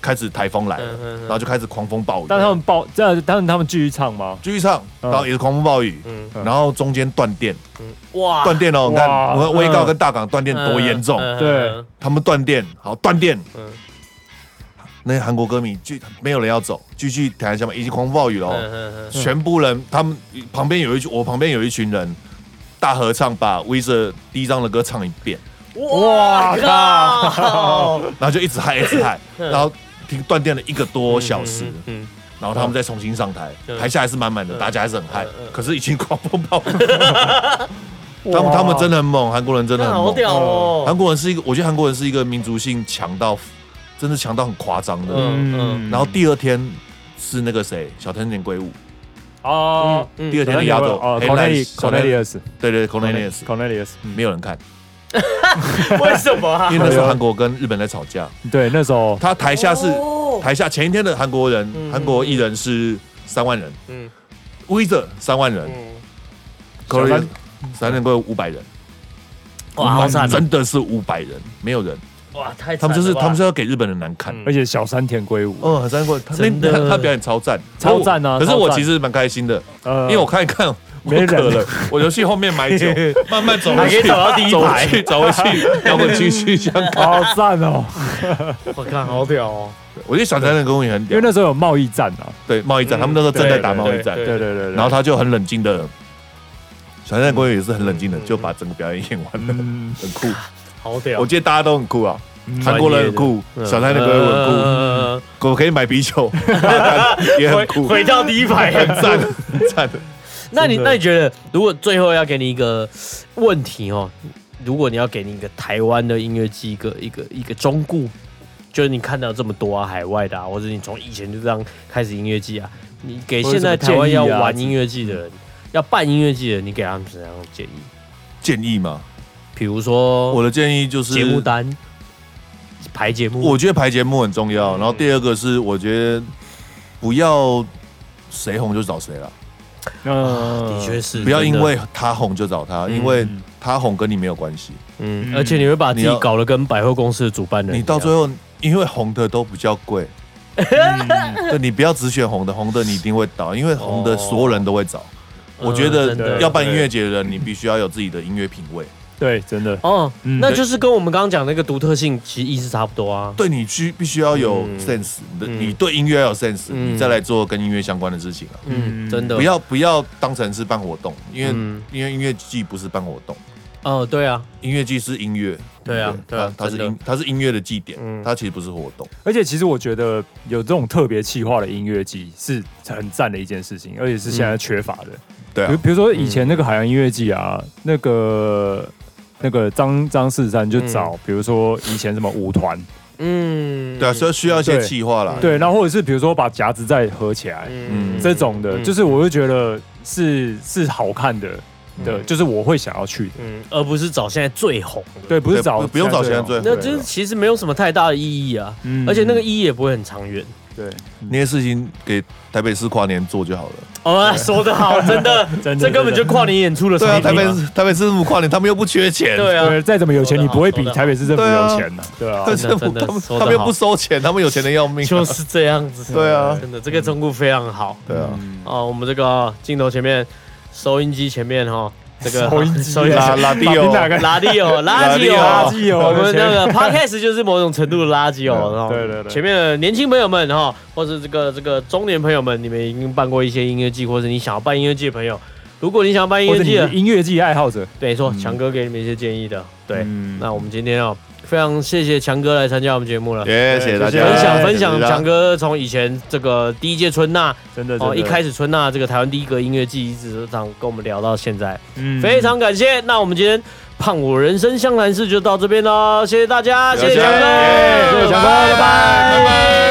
开始台风来了，嗯嗯嗯然后就开始狂风暴雨。但他们报这，但他们继续唱吗？继续唱，嗯然后也是狂风暴雨，嗯然后中间断电，哇，断电哦，你看哇我们威告嗯跟大港断电多严重，嗯对嗯他们断电，好断电，嗯那些韩国歌迷就没有人要走，继续台下嘛，已经狂风暴雨了哦，嗯嗯全部人他们旁边有一群，我旁边有一群人。大合唱把威瑟第一张的歌唱一遍，嗯，哇靠！然后就一直嗨一 [LAUGHS] 直嗨，然后停断电了一个多小时，嗯，然后他们再重新上台，嗯台下还是满满的，大家还是很嗨嗯嗯，可是已经狂风暴雨。他们他们真的的很猛，韩国人真那的很好猛。屌哦！韩国人是一个，我觉得韩国人是一个民族性强到，真的强到很夸张的。嗯嗯嗯然后第二天是那个谁，小藤田圭吾，哦，嗯第二天的压轴哦 Headlines， ，Cornelius，Cornelius，对对 c o r n e l i u s Cornelius，没有人看，为什么啊因为？那时候韩国跟日本在吵架，对，那时候他台下是哦台下前一天的韩国人，嗯韩国艺人是三万人嗯，Weezer 三万人嗯， c o r n e 小 l i u s 三万圭吾五百人，哇，好惨真的是五百人，没有人。哇，太他惨了吧们就是他们是要给日本人难看。嗯而且小山田圭吾，哦，三过他那真的他他表演超赞，超赞啊可是我超赞可是我其实蛮开心的，呃因为我看一看，没我人渴了，我就去后面买酒，慢慢走回还可去，以走到第一走回排去，走回去，摇滚区去香港。 [LAUGHS] 好赞哦！我看好屌哦！我觉得小台人公园很因屌为，那时候有贸易战啊，对贸易战，嗯他们那时候正在打对对贸易战对，对对对对，然后他就很冷静的，小台人公园也是很冷静的，嗯就把整个表演演完了，嗯，很酷。好屌，我记得大家都很酷啊，嗯韩国人很酷，小台人公园很呃酷，我可以买啤酒，也很酷，回到第一排。很赞，很赞。那你真的那你觉得，如果最后要给你一个问题哦，如果你要给你一个台湾的音乐季一个一个一个忠告，就是你看到这么多啊海外的啊，或者你从以前就这样开始音乐季啊，你给现在台湾要玩音乐季的人，要办音乐季的人，你给他们怎样的建议？建议嘛，比如说我的建议就是节目单、排节目，我觉得排节目很重嗯要，然后第二个是我觉得不要谁红就找谁了，啊嗯的确是呃不要真因的为他红就找他，嗯因为他红跟你没有关系，嗯，嗯而且你会把自你己要搞得跟百货公司的主办人一样，你到最后因为红的都比较 [LAUGHS] 贵，对你不要只选红的，红的你一定会倒，因为红的哦所有人都会找。我觉嗯真的得要办音乐对节的人，你必须要有自己的音乐品味。对，真的，哦，嗯那就是跟我们刚刚讲那个独特性其实意思差不多啊。对你去必须要有嗯 sense，你的嗯你对音乐要有 sense，嗯你再来做跟音乐相关的事情啊。嗯，嗯真的不要不要当成是办活动，因为嗯因为音乐季不是办活动。哦，对啊，音乐季是音乐，对啊对啊它它是真的音，它是音乐的祭典嗯，它其实不是活动。而且其实我觉得有这种特别企划的音乐季是很赞的一件事情，而且是现在缺乏的。嗯对啊嗯比如，比如说以前那个海洋音乐季啊，那个那个张张四三嗯就找，比如说以前什么舞团，嗯，对啊，所以需要一些对企划啦。对，然后或者是比如说把夹子再合起来、嗯这种的，就是我会觉得是是好看的，的，就是我会想要去的。嗯，而不是找现在最红的，对，不对是找不不用找现在钱最这种那对就是其实没有什么太大的意义啊，啊嗯而且那个意义也不会很长远。对，嗯那些事情给台北市跨年做就好了。哦，说得 [LAUGHS] 好，真的，啊真的这根本就跨年演出的对啊，产台北品嘛。台北市政府跨年，他们又不缺钱。对啊，对，再怎么有说钱，得你好不会说比得好台北市政府对啊有钱的，对啊台。北市政府真的他们说得他们又好不收钱，他们有钱的要命啊。就是这样子。 [LAUGHS] 对啊真的，这个中顾非常好对啊，嗯啊。我们这个镜头前面，收音机前面哈，这个收音机啊 [LAUGHS] 收音拉拉蒂把哦你，打开垃圾 [LAUGHS] 哦，垃圾垃哦，圾哦我们那个 podcast 就是某种程度的垃圾哦。然后 [LAUGHS] 对对对前面的年轻朋友们哈，或是这个这个中年朋友们，你们已经办过一些音乐季，或者你想要办音乐季的朋友，如果你想要办音或乐者你季的是，音乐季爱好者，没错，强哥给你们一些建议的。对，嗯那我们今天哦，非常谢谢强哥来参加我们节目了。耶，谢谢大谢家谢分享谢分享，强强哥，哥从以前这个第一届春娜真的哦，一开始始春娜这个台湾第一个音乐季，一直这样跟我们聊到现在，非嗯非常感谢。那我们今天《胖我人生向南市》就到这边喽，谢谢大家，谢谢强哥，谢谢强哥，谢谢强哥拜拜拜拜。